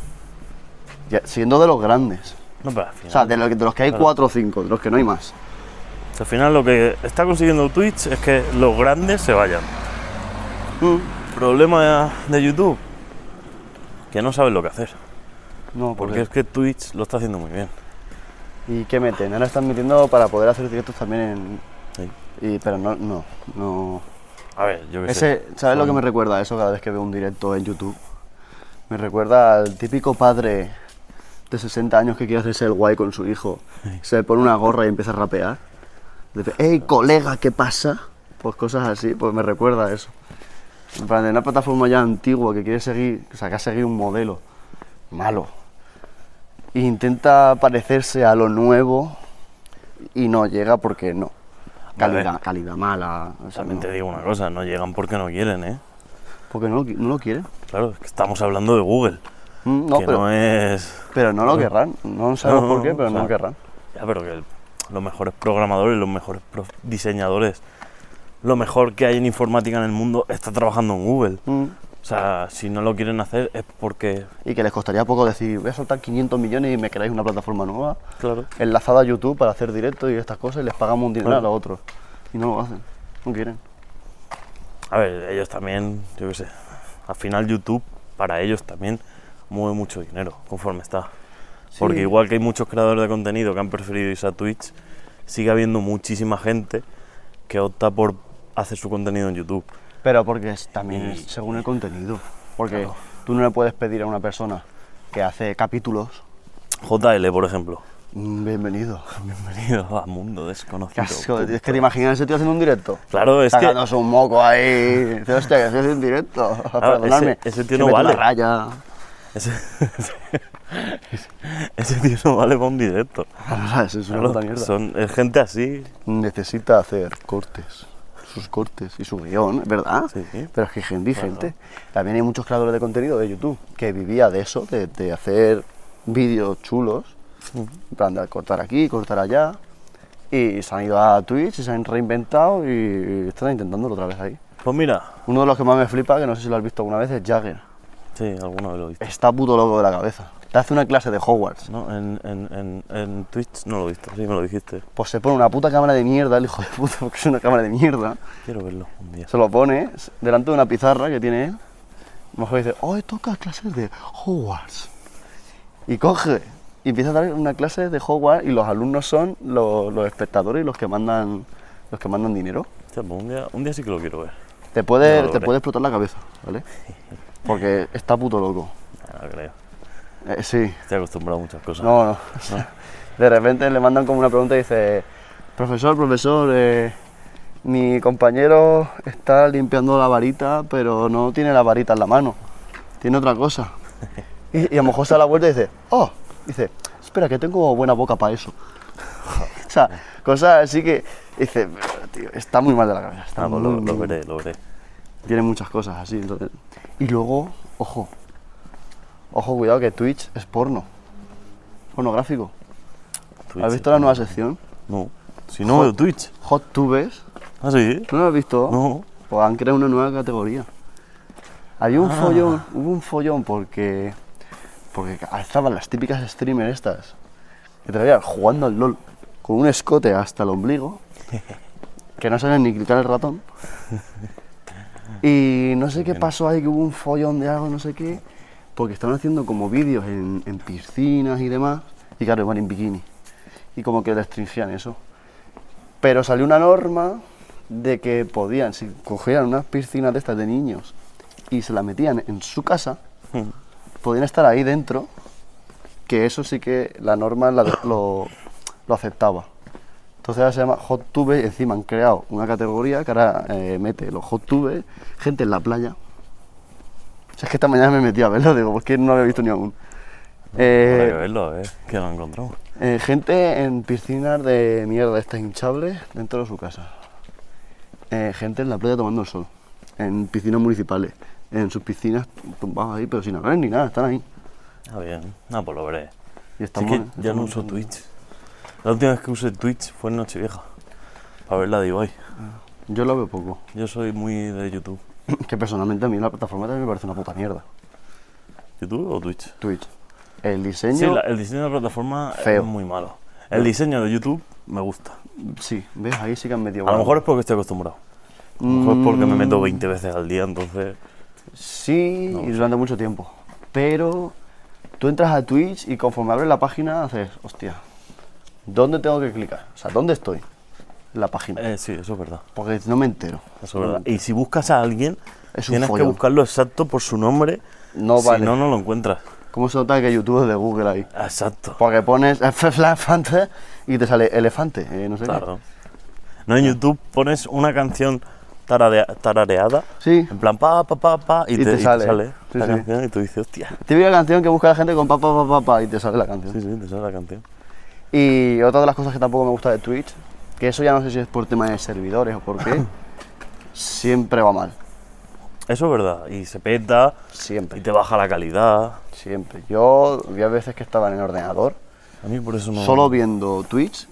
Ya- siendo de los grandes.
No, pero al
O
final,
sea, de, lo que- de los que hay 4 o 5, de los que no hay más.
al final lo que está consiguiendo Twitch es que los grandes se vayan.
Mm.
Problema de YouTube, que no saben lo que hacer.
No,
Porque es que Twitch lo está haciendo muy bien.
¿Y qué meten? Ahora están metiendo para poder hacer directos también en...
Sí.
y- pero no, no, no...
A ver, yo qué sé.
Ese, ¿Sabes lo que me recuerda a eso cada vez que veo un directo en YouTube? Me recuerda al típico padre de 60 años que quiere hacerse el guay con su hijo. Se pone una gorra y empieza a rapear. Dice, hey, colega, ¿qué pasa? Pues cosas así, pues me recuerda a eso. En plan, de una plataforma ya antigua que quiere seguir, o sea, que ha seguido un modelo malo. E intenta parecerse a lo nuevo y no llega porque no.
Vale.
Calidad, calidad mala. o sea,
También
no.
te digo una cosa, no llegan porque no quieren, ¿eh?
Porque no, lo qui- no lo quieren.
Claro, es que estamos hablando de Google,
Mm, No,
que
pero,
no es...
pero no lo querrán. No sabemos
No,
por qué, pero
o
no
sea,
lo querrán.
Ya, pero que el- los mejores programadores, los mejores pro- diseñadores, lo mejor que hay en informática en el mundo está trabajando en Google.
Mm.
O sea, si no lo quieren hacer es porque...
Y que les costaría poco decir, voy a soltar 500 millones y me creáis una plataforma nueva
Claro.
enlazada a YouTube para hacer directo y estas cosas y les pagamos un dinero a
Claro.
los otros. Y no lo hacen. No quieren.
A ver, ellos también, yo qué sé. Al final YouTube, para ellos también, mueve mucho dinero, conforme está. Porque
Sí.
igual que hay muchos creadores de contenido que han preferido irse a Twitch, sigue habiendo muchísima gente que opta por hacer su contenido en YouTube.
Pero porque es- también es según el contenido. Porque tú no le puedes pedir a una persona que hace capítulos,
JL, por ejemplo.
"Mm, bienvenido.
Bienvenido a Mundo Desconocido.
Qué asco, tío. es que te imaginas ese tío haciendo un directo.
Claro, es que-
Sacándose un moco ahí. Dice, hostia, que estoy haciendo un directo. Perdonadme.
ese- ese
Que
tío no
meto una
vale.
raya.
Ese, ese tío no vale para un directo.
Eso es una
Claro,
puta mierda.
son, es gente así.
necesita hacer cortes, sus cortes y su guión, ¿verdad?
Sí, sí.
Pero es que gente y gente. También hay muchos creadores de contenido de YouTube que vivía de eso, de, de hacer vídeos chulos,
Mm.
en plan de cortar aquí, cortar allá, y se han ido a Twitch y se han reinventado y están intentándolo otra vez ahí.
Pues mira,
Uno de los que más me flipa, que no sé si lo has visto alguna vez, es Jagger.
sí, alguna vez lo he visto.
Está puto loco de la cabeza. Te hace una clase de Hogwarts.
No, en, en- en- en Twitch no lo he visto, sí, me lo dijiste.
Pues se pone una puta cámara de mierda, el hijo de puta, porque es una cámara de mierda.
Quiero verlo un día.
se lo pone delante de una pizarra que tiene él. A lo mejor dice, hoy toca clases de Hogwarts. Y coge y empieza a dar una clase de Hogwarts y los alumnos son los, los espectadores y los que mandan los que mandan dinero.
Hostia, pues un día, un día sí que lo quiero ver.
Te puede,
No lo
te
veré.
puede explotar la cabeza, ¿vale? Porque está puto loco.
No, no creo.
Eh, sí,
Estoy acostumbrado a muchas cosas.
no, no. De repente le mandan como una pregunta y dice, profesor, profesor, eh, mi compañero está limpiando la varita, pero no tiene la varita en la mano, tiene otra cosa. Y, y a lo mejor se da la vuelta y dice, oh, dice, espera, que tengo buena boca para eso. o sea, cosas así que dice, "Pero, tío, está muy mal de la cabeza. Está
Ah, pues
muy,
lo,
muy
lo
mal".
veré, lo veré.
Tiene muchas cosas así. entonces- Y luego, ojo, ojo, cuidado que Twitch es porno, pornográfico.
Twitch,
¿Has visto la nueva sección?
No. Si no veo Twitch.
Hot Tubes.
Ah, sí.
¿No lo has visto?
No.
Pues han creado una nueva categoría. Había un follón, hubo un follón porque. Porque estaban las típicas streamers estas. Que te veían jugando al LOL con un escote hasta el ombligo. Que no sabían ni clicar el ratón. Y no sé qué pasó ahí, que hubo un follón de algo, no sé qué. Porque estaban haciendo como vídeos en, en piscinas y demás. Y claro, iban en bikini. Y como que restringían eso. Pero salió una norma de que podían, si cogían unas piscinas de estas de niños y se las metían en su casa, podían estar ahí dentro, que eso sí que la norma la- lo, lo aceptaba. Entonces ahora se llama hot tube y encima han creado una categoría que ahora eh, mete los hot tubes, gente en la playa. O sea, es que esta mañana me metí a verlo, digo, porque no había visto ni aún.
Habrá
Eh,
que verlo, a ver. Que lo encontramos.
eh, gente en piscinas de mierda estas hinchables dentro de su casa. Eh, gente en la playa tomando el sol. En piscinas municipales. En sus piscinas tumbados ahí, pero sin hablar ni nada, están ahí.
Ah, bien. Ah, pues lo veré.
Y
Sí
estamos-
que ya no
estamos-
uso Twitch. La última vez que usé Twitch fue en Nochevieja. Para ver la de Ibai.
Yo lo veo poco.
Yo soy muy de YouTube.
Que personalmente a mí la plataforma también me parece una puta mierda.
¿YouTube o Twitch?
Twitch. El diseño.
Sí, la- el diseño de la plataforma
Feo.
es muy malo. El diseño de YouTube me gusta.
Sí, ves, ahí sí que han metido.
A lo
mano.
mejor es porque estoy acostumbrado. A lo mejor es porque
Mm.
me meto 20 veces al día, entonces.
Sí, y durante mucho tiempo. Pero tú entras a Twitch y conforme abres la página haces, hostia, ¿dónde tengo que clicar? O sea, ¿dónde estoy? En la página.
eh, sí, eso es verdad.
Porque no me entero.
Eso es verdad. Y si buscas a alguien,
Mm. Es un
tienes que
follón.
buscarlo exacto por su nombre.
No
si
vale.
no, no lo encuentras.
¿Cómo se nota que YouTube es de Google ahí?
Exacto.
Porque pones elefante y te sale elefante, eh, no sé qué.
Claro. No, en YouTube pones una canción tarade- tarareada.
Sí.
En plan, pa, pa, pa, pa. Y,
Y
te,
te
y te
sale. Sí,
la
sí.
canción y tú dices, hostia.
Típica canción que busca la gente con pa pa pa pa, pa, y te sale la canción.
Sí, sí, te sale la canción.
Y otra de las cosas que tampoco me gusta de Twitch, que eso ya no sé si es por tema de servidores o por qué, siempre va mal.
Eso es verdad. Y se peta.
Siempre.
Y te baja la calidad.
Siempre. Yo había veces que estaba en el ordenador
A mí por eso no.
solo viendo Twitch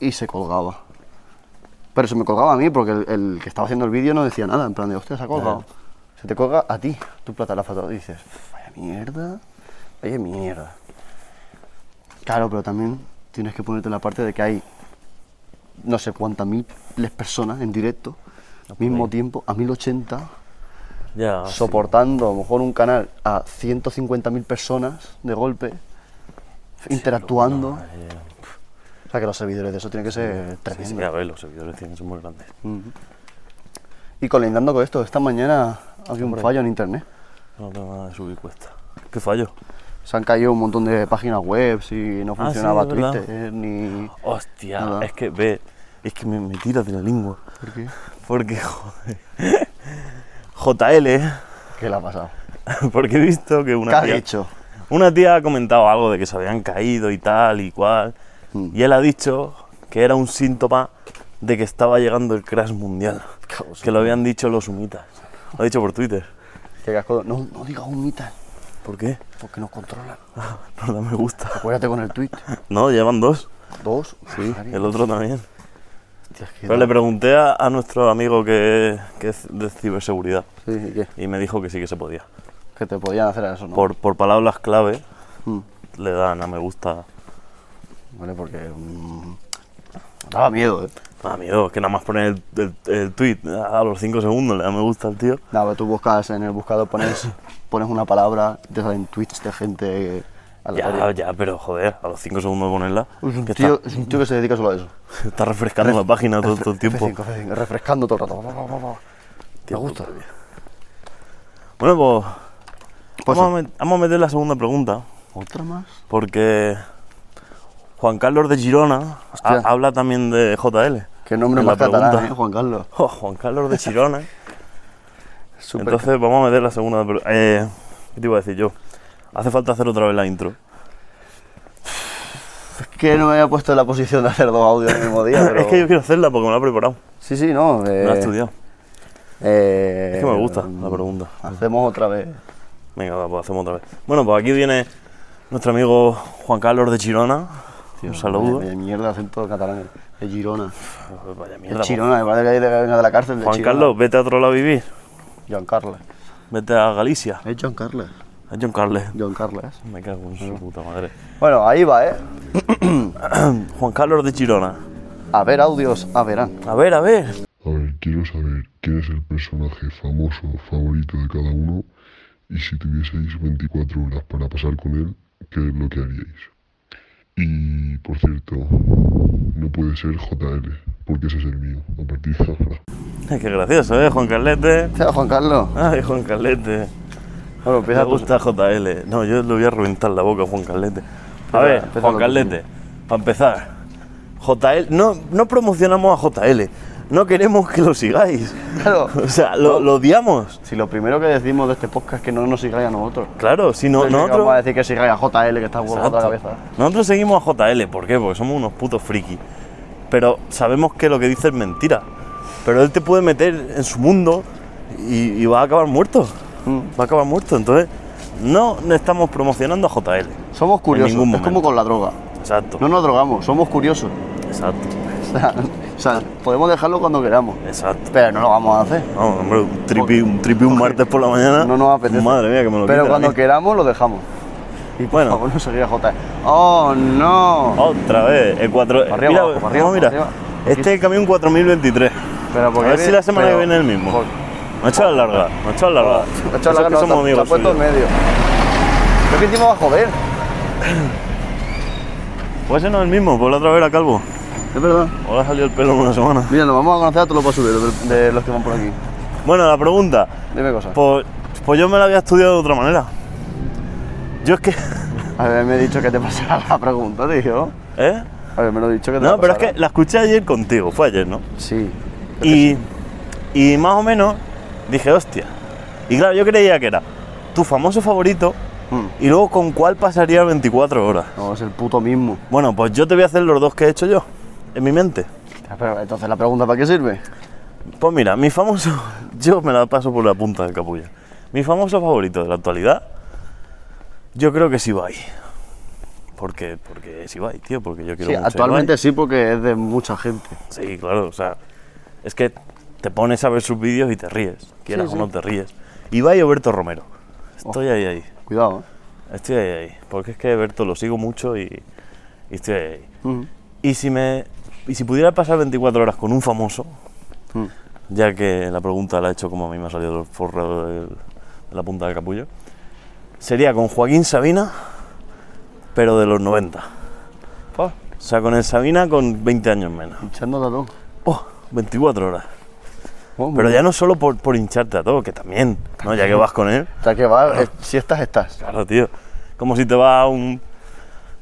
y se colgaba. Pero se me colgaba a mí porque el, el que estaba haciendo el vídeo no decía nada, en plan de, hostia, se ha colgado. Se te colga a ti, tu platalafa, todo. Y dices, vaya mierda, vaya mierda. Claro, pero también tienes que ponerte la parte de que hay no sé cuántas miles personas en directo, al mismo tiempo, a 1080,
Ya. sí.
Ah, soportando a lo mejor un canal a 150.000 personas de golpe, interactuando.
Eh,
O sea que los servidores de eso tienen que ser
Sí, sí,
tremendos.
a ver, los servidores tienen que ser muy grandes.
Y colindando con esto, esta mañana había un fallo en internet.
No tengo nada de subir cuesta. ¿Qué fallo?
Se han caído un montón de páginas web y no
Ah, sí,
funcionaba
es verdad.
Twitter ni.
Hostia,
Nada.
es que ve, es que me, me tiras de la lengua.
¿Por qué?
Porque, joder. JL,
¿Qué le ha pasado?
porque he visto que
¿Qué
una
has
tía,
hecho?
una tía ha comentado algo de que se habían caído y tal y cual. Y él ha dicho que era un síntoma de que estaba llegando el crash mundial. Que lo habían dicho los humitas. Lo ha dicho por Twitter.
Qué casco. No, no digas humitas,
¿Por qué?
porque nos controlan.
No da me gusta.
Acuérdate con el tweet.
No, llevan dos.
Dos. Sí.
El otro también. Pero le pregunté a, a nuestro amigo que, que es de ciberseguridad
Sí, ¿y ¿qué?
y me dijo que sí que se podía.
Que te podían hacer eso, ¿no?
Por, por palabras clave
Mm.
le dan a me gusta.
Vale, porque. mm, daba miedo, ¿eh?
Ah, miedo, es que nada más poner el, el, el tweet a los 5 segundos le da me gusta al tío.
Nada, pero tú buscas en el buscador, pones, pones una palabra, te salen tweets de gente.
Ya,
aleatoria.
ya, pero joder, a los 5 segundos de ponerla.
Es un,
Que
tío,
está,
es un tío que se dedica solo a eso.
está refrescando la página todo, todo el tiempo.
F5, F5, refrescando todo el rato. ¿Te gusta?
Bueno, pues,
Pues
vamos, a met- vamos a meter la segunda pregunta.
¿Otra más?
Porque Juan Carlos de Girona
Hostia.
ha- habla también de JL.
Qué nombre
en
más
la
catalán,
pregunta.
¿eh, Juan Carlos?
Oh, Juan Carlos de Girona.
Súper
Entonces vamos a meter la segunda. pero, eh, ¿Qué te iba a decir yo? Hace falta hacer otra vez la intro.
Es que no me había puesto en la posición de hacer dos audios el mismo día, pero...
Es que yo quiero hacerla porque me la he preparado.
Sí, sí, no.
Me
Eh,
la he estudiado.
eh, mm.
Es que me gusta la pregunta.
Hacemos otra vez.
Venga, va, pues hacemos otra vez. Bueno, pues aquí viene nuestro amigo Juan Carlos de Girona. Un saludo.
Vaya, vaya Eh, mierda, acento catalán. De Girona.
Vaya mierda,
De
pues.
Girona, me parece que venga de la cárcel. De
Juan
Girona.
Carlos, vete a otro lado a vivir.
Joan Carles.
Vete a Galicia.
Es Joan Carles.
A John Carles.
Joan Carles.
Me cago en su puta madre.
Bueno, ahí va, ¿eh?
Juan Carlos de Girona.
A ver audios, a verán.
A ver, a ver.
A ver, quiero saber quién es el personaje famoso favorito de cada uno y si tuvieseis 24 horas para pasar con él, ¿qué es lo que haríais? Y, por cierto, no puede ser JL, porque ese es el mío, a partir de ahora.
Qué gracioso, ¿eh? Juan Carlete.
Chao, Juan Carlos.
Ay, Juan Carlete.
Bueno,
Me
empieza tú.
gusta JL. No, yo le voy a reventar la boca a Juan Carlete. A
Empieza-
ver,
empieza
Juan
lo
Carlete, para empezar, JL. No, no promocionamos a JL. No queremos que lo sigáis.
Claro.
O sea, lo, lo odiamos.
Si lo primero que decimos de este podcast es que no nos sigáis a nosotros.
Claro, si no,
Entonces, ¿qué Vamos a
nosotros.
decir que sigáis a JL que está volando la
Exacto.
cabeza.
Nosotros seguimos a JL. ¿Por qué? Porque somos unos putos frikis. Pero sabemos que lo que dice es mentira. Pero él te puede meter en su mundo y, y va a acabar muerto.
Mm.
Va a acabar muerto. Entonces, no estamos promocionando a JL.
Somos curiosos,
ningún
es como
momento.
con la droga.
Exacto,
No nos drogamos, somos curiosos.
exacto,
O sea, o sea, podemos dejarlo cuando queramos,
exacto.
pero no lo vamos a hacer.
No, hombre, un tripi un, tripi un martes por la mañana.
No nos apetece.
Madre mía, que me lo
Pero
quiten Ah. a
cuando
mí.
queramos lo dejamos. Y por
Bueno.
favor, no se ría J. ¡Oh, no!
Otra vez, el 4.
Para arriba,
mira,
abajo, para arriba,
no, mira.
para arriba.
Este es el camión 4023.
Pero porque
a ver si la semana
pero-
que viene es el mismo.
por-
Me ha echado la larga, me ha echado la larga.
Me ha echado la
Eso es que
gana,
somos
te- te ha
amigos
puesto en
suyos.
medio. Creo que encima va a joder.
Pues ese no es el mismo, por la otra vez era calvo.
Es verdad.
O le ha salido el pelo en una semana.
Mira, nos vamos a conocer a todos los basureros de, de los que van por aquí.
Bueno, la pregunta.
Dime cosas.
Pues, pues yo me la había estudiado de otra manera. Yo es que.
A ver, me he dicho que te pasará la pregunta, tío.
¿Eh?
A ver, me lo he dicho que te
No,
la
pero es que
pasara.
la escuché ayer contigo, fue ayer, ¿no?
Sí.
Y, y más o menos dije, hostia. Y claro, yo creía que era tu famoso favorito
Mm.
y luego con cuál pasaría 24 horas.
No, es el puto mismo.
Bueno, pues yo te voy a hacer los dos que he hecho yo, en mi mente.
Pero entonces, ¿la pregunta para qué sirve?
Pues mira, mi famoso. Yo me la paso por la punta del capullo. Mi famoso favorito de la actualidad. Yo creo que es Ibai. Porque, porque es Ibai, tío, porque yo quiero
Sí,
mucho a
actualmente sí, porque es de mucha gente.
Ibai. Sí, claro, o sea. Es que te pones a ver sus vídeos y te ríes. Quieras o no te ríes. Ibai o Berto Romero.
Oh.
Estoy ahí, ahí.
Cuidado, ¿eh?
Estoy ahí, ahí. Porque es que Berto lo sigo mucho y, y estoy ahí, ahí.
Mm.
Y si me. Y si pudiera pasar 24 horas con un famoso,
Mm.
ya que la pregunta la he hecho como a mí me ha salido el forro del- de la punta del capullo, sería con Joaquín Sabina, pero de los 90.
Pa,
O sea, con el Sabina con 20 años menos.
hinchándote a todo.
Oh, 24 horas.
Oh,
Pero ya no solo por, por hincharte a todo, que también, ¿no? ya que vas con él.
O sea, que va, eh, si estás, estás.
Claro, tío. Como si te vas a un.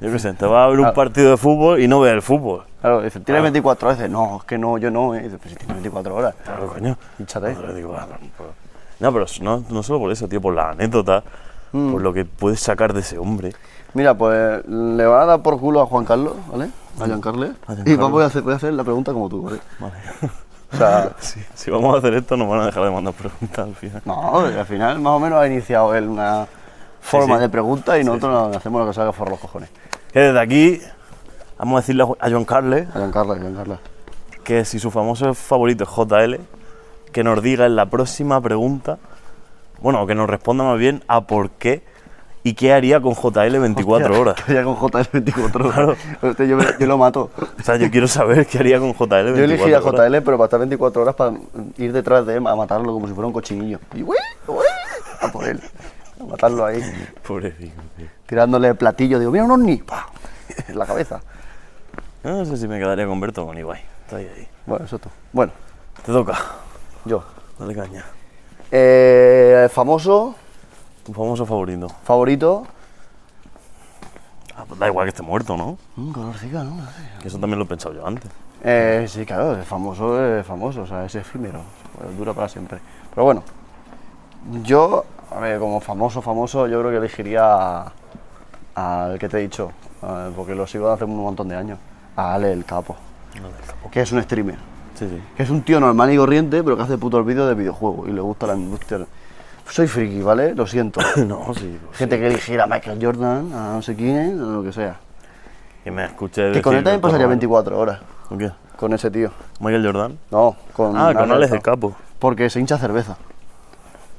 Yo qué sé, te vas a ver un partido de fútbol y no ves el fútbol.
Claro, dice, ¿tienes 24 veces? No, es que no, yo no, ¿eh? Dice, pues si tienes 24 horas.
Claro, coño.
Hinchate.
Joder, digo, ah, no, pero- No, pero no, no solo por eso, tío, por la anécdota, por lo que puedes sacar de ese hombre.
Mira, pues le van a dar por culo a Juan Carlos, ¿vale? A Giancarlo. Y
Giancarlo.
vamos a hacer, voy a hacer la pregunta como tú, ¿vale?
Vale.
O sea,
Si, si vamos a hacer esto, nos van a dejar de mandar preguntas al final.
no, al final más o menos ha iniciado él una forma
sí.
de pregunta y nosotros hacemos lo que salga por los cojones.
Que desde aquí, vamos a decirle a Ju- a John Carles
A Giancarlo, a Giancarlo.
que si su famoso favorito es JL, que nos diga en la próxima pregunta, bueno, que nos responda más bien a por qué y qué haría con JL 24 horas.
Que vaya con JL24. Hostia, este Yo, me- yo lo mato.
O sea, yo quiero saber qué haría con JL 24
Yo elegí a
horas.
JL, pero para estar 24 horas para ir detrás de él, a matarlo como si fuera un cochinillo. Y ¡ué! ¡ué! A por él. A matarlo ahí.
Pobrecito, tío.
Tirándole platillo. Digo, mira un ovni. ¡pa! En la cabeza.
Yo No sé si me quedaría con Berto o con Ibai. Está ahí, ahí.
Bueno, eso tú. Bueno,
Te toca.
yo.
Dale caña.
Eh, famoso,
Tu famoso favorito.
favorito.
Ah, pues da igual que esté muerto, ¿no?
Un colorcica, ¿no? No sé.
Que eso también lo he pensado yo antes.
Eh, sí, claro, es famoso, es famoso, o sea, es efímero, bueno, dura para siempre. Pero bueno, yo, a ver, como famoso, famoso, yo creo que elegiría a- al que te he dicho, eh, porque lo sigo hace un montón de años, a Ale el Capo, que es un streamer,
Sí, sí.
que es un tío normal y corriente, pero que hace putos vídeos de videojuegos y le gusta la industria. Soy friki, ¿vale? Lo siento.
No, sí.
Gente que eligiera a Michael Jordan, a no sé quién, a lo que sea.
Que me escuché.
Que con él también pasaría
24.
24 horas,
¿Con qué?
con ese tío.
Michael Jordan.
No, con
Ah, con Alex el
Capo.
Capo.
Porque se hincha cerveza.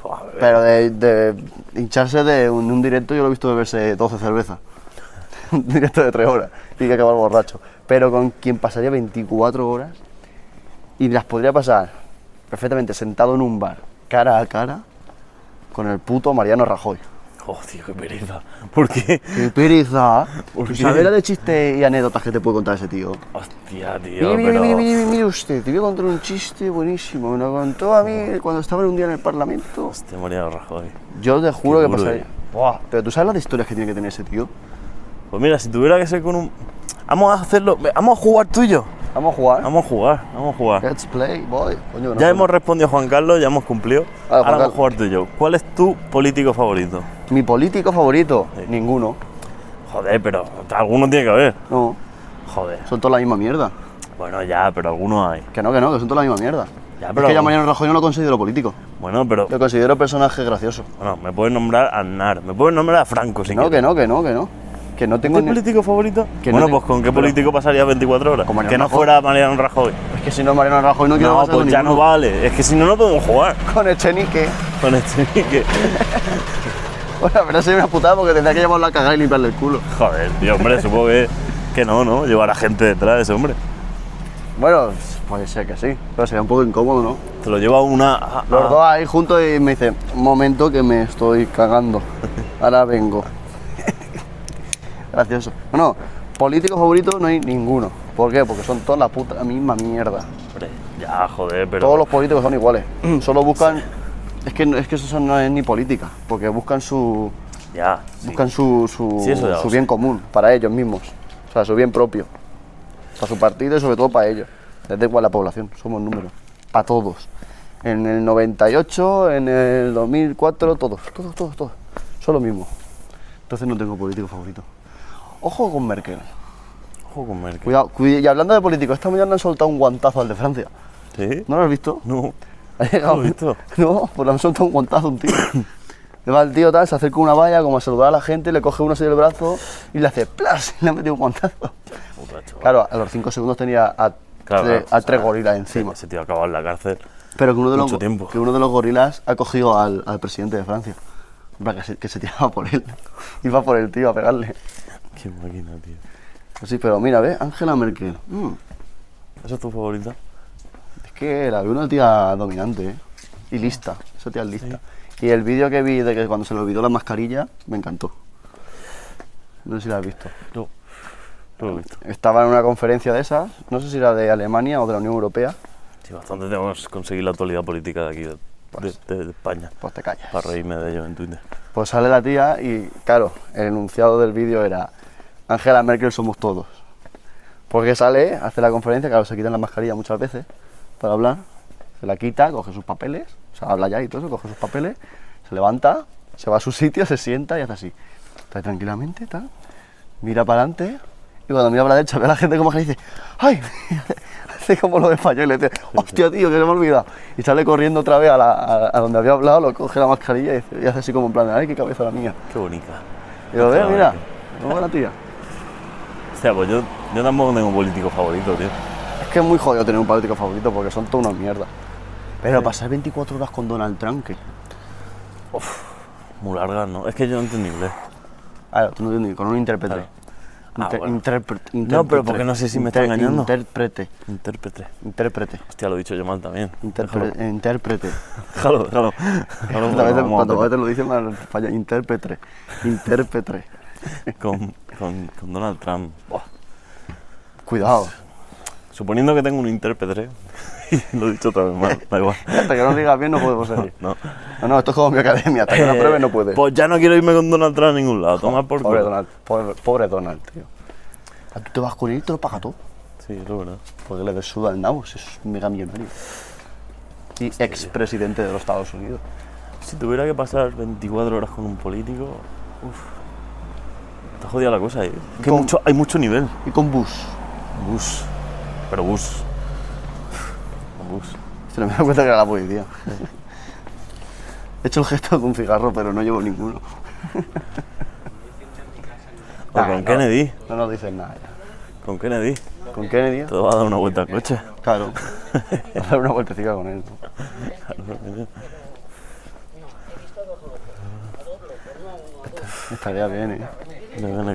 Pues, a ver,
Pero de, de hincharse de un, un directo, yo lo he visto beberse 12 cervezas. un directo de 3 horas. Y que acabar borracho. Pero con quien pasaría 24 horas y las podría pasar perfectamente sentado en un bar, cara a cara, con el puto Mariano Rajoy.
Oh, tío, qué pereza. ¿Por qué?
¡Qué pereza!
¿Por qué?
¿Sabes la de chistes y anécdotas que te puede contar ese tío?
Hostia, tío,
Mire, mire, mire,
pero.
mire, mire usted, te voy a contar un chiste buenísimo. Me lo contó a mí cuando estaba un día en el Parlamento.
Hostia, Mariano Rajoy.
Yo te juro
Qué
que
duro,
pasaría.
eh.
Buah, pero tú sabes las de historias que tiene que tener ese tío.
Pues mira, si tuviera que ser con un. Vamos a hacerlo. Vamos a jugar tú y yo.
Vamos a jugar.
Vamos a jugar, vamos a jugar.
Let's play, boy. Coño, que no
Ya
sé.
hemos respondido a Juan Carlos, ya hemos cumplido.
Juan
Ahora vamos a
Carlos.
jugar tú y yo. ¿Cuál es tu político favorito?
Mi político favorito, ninguno.
Joder, pero alguno tiene que haber.
No,
Joder.
son toda la misma mierda.
Bueno, ya, pero algunos hay.
Que no, que no, que son toda la misma mierda.
Ya,
Es
pero-
que ya Mariano Rajoy no lo considero político.
Bueno, pero.
Lo considero personaje gracioso.
Bueno, me puedes nombrar a Aznar, me puedes nombrar a Franco, si
No,
quieres.
que no, que no, que no. Que no
¿Es
tengo
tu
ni...
político favorito?
que no
bueno,
te-
pues ¿con qué
pero-
político pasaría 24 horas?
Con Mariano
Que no
Rajoy.
fuera Mariano Rajoy.
Es que si no, Mariano Rajoy no quiero
No,
pasar
pues ya no vale. Es que si no, no podemos jugar
Con Echenique.
con este que-
Bueno, pero sería una putada porque tendría que llevarlo a cagar y limpiarle el culo.
Joder, tío, hombre, supongo que, que no, ¿no? Llevar a gente detrás de ese hombre.
Bueno, puede ser que sí, pero sería un poco incómodo, ¿no?
Te lo lleva una... a- a-
Los dos ahí juntos y me dice, un momento que me estoy cagando. Ahora vengo. Gracioso. Bueno, político favorito no hay ninguno. ¿Por qué? Porque son todas la puta misma mierda.
Hombre, ya, joder, pero...
Todos los políticos son iguales. Solo buscan. Es que, no- es que eso no es ni política, porque buscan su.
Ya, sí.
Buscan su, su,
Sí, eso ya lo
su
sé.
bien común para ellos mismos. O sea, su bien propio. Para su partido y sobre todo para ellos. Les da igual la población, somos números. Para todos. En el 98, en el 2004, todos, todos, todos, todos. Son lo mismo. Entonces no tengo político favorito. Ojo con Merkel.
Ojo con Merkel.
Cuidado, cuida- Y hablando de políticos, esta mañana han soltado un guantazo al de Francia.
¿Sí?
¿No lo has visto?
No.
Ha llegado.
¿Lo has visto?
No, pues le han soltado un guantazo a un tío. Le va el tío tal, se acerca a una valla como a saludar a la gente, le coge uno así del brazo y le hace plas y le ha metido un guantazo.
Puta, chaval.
Claro, a los 5 segundos tenía a,
Claro,
tre-
claro,
a tres
o sea,
gorilas encima.
Ese tío acaba en la cárcel.
Pero que uno, de los,
mucho tiempo.
que uno de los gorilas ha cogido al, al presidente de Francia. En plan, Que se, que se tiraba por él. Iba por el tío a pegarle. Pues
Qué máquina, tío.
Sí, pero mira, ve, Angela Merkel. Mm,
¿Esa es tu favorita?
Es que la vi una tía dominante, ¿eh? Y lista, esa tía es lista. Y el vídeo que vi de que cuando se le olvidó la mascarilla, me encantó. No sé si la has visto.
No. No lo he visto.
Estaba en una conferencia de esas, no sé si era de Alemania o de la Unión Europea,
Sí, bastante tenemos que conseguir la actualidad política de aquí, de, de- de España.
pues te callas.
Para reírme de ellos en Twitter.
Pues sale la tía y, claro, el enunciado del vídeo era Angela Merkel somos todos. Porque sale, hace la conferencia, claro, se quitan la mascarilla muchas veces para hablar, se la quita, coge sus papeles, o sea, habla ya y todo eso, coge sus papeles, se levanta, se va a su sitio, se sienta y hace así. Está tranquilamente, tal, mira para adelante y cuando mira para la derecha ve a la gente como que le dice, ¡ay! hace como los españoles, dice, ¡hostia, tío, que se me ha olvidado! Y sale corriendo otra vez a, la- a- a donde había hablado, lo coge la mascarilla y, dice- y hace así como en plan, ¡ay, qué cabeza la mía!
Qué bonita.
Y lo ve,
Claro,
mira, ¿cómo va la tía?
O sea, pues yo, yo tampoco tengo un político favorito, tío.
Es que es muy jodido tener un político favorito porque son todas unas mierdas. Pero pasar 24 horas con Donald Trump, que.
Muy larga, ¿no? Es que yo no entiendo inglés.
Ah, tú no entiendes, con un intérprete.
Claro. Ah,
Inter-
bueno.
intérprete,
No, pero
intérprete,
porque no sé si me está
inter-
engañando.
Intérprete,
Intérprete.
intérprete,
Hostia, lo he dicho yo mal también.
interpre- eh, intérprete.
Déjalo, déjalo. Déjalo,
Otra vez,
vamos a
cuando
meter-
te lo dicen, me falla. Intérprete, intérprete.
con, con, con Donald Trump. Buah.
Cuidado.
Suponiendo que tengo un intérprete, y lo he dicho otra vez mal, da igual.
Hasta que no lo digas bien, no podemos seguir.
No.
No, no, esto es como mi academia. Hasta que no
Eh,
pruebe, no puede.
Pues ya no quiero irme con Donald Trump a ningún lado, toma por
Pobre
culo.
Donald, pobre, pobre Donald, tío. Ah, Tú te vas con él y te lo paga todo.
Sí, eso es verdad.
Porque le desuda el nabo, si es un mega millonario. Y expresidente de los Estados Unidos.
Si tuviera que pasar 24 horas con un político, uff. Está jodida la cosa, ¿eh? Es Que
Con-
mucho, hay mucho nivel.
Y con Bush.
Bus. Pero bus. Bus.
Se me da cuenta que era la policía. He hecho el gesto de un cigarro, pero no llevo ninguno.
O Pues con Kennedy.
Ah, No nos dicen nada ya.
Con Kennedy.
¿Con Kennedy?
Te vas a dar una vuelta al coche.
Claro. A dar una vueltecita con él. ¿no? Estaría bien, ¿eh?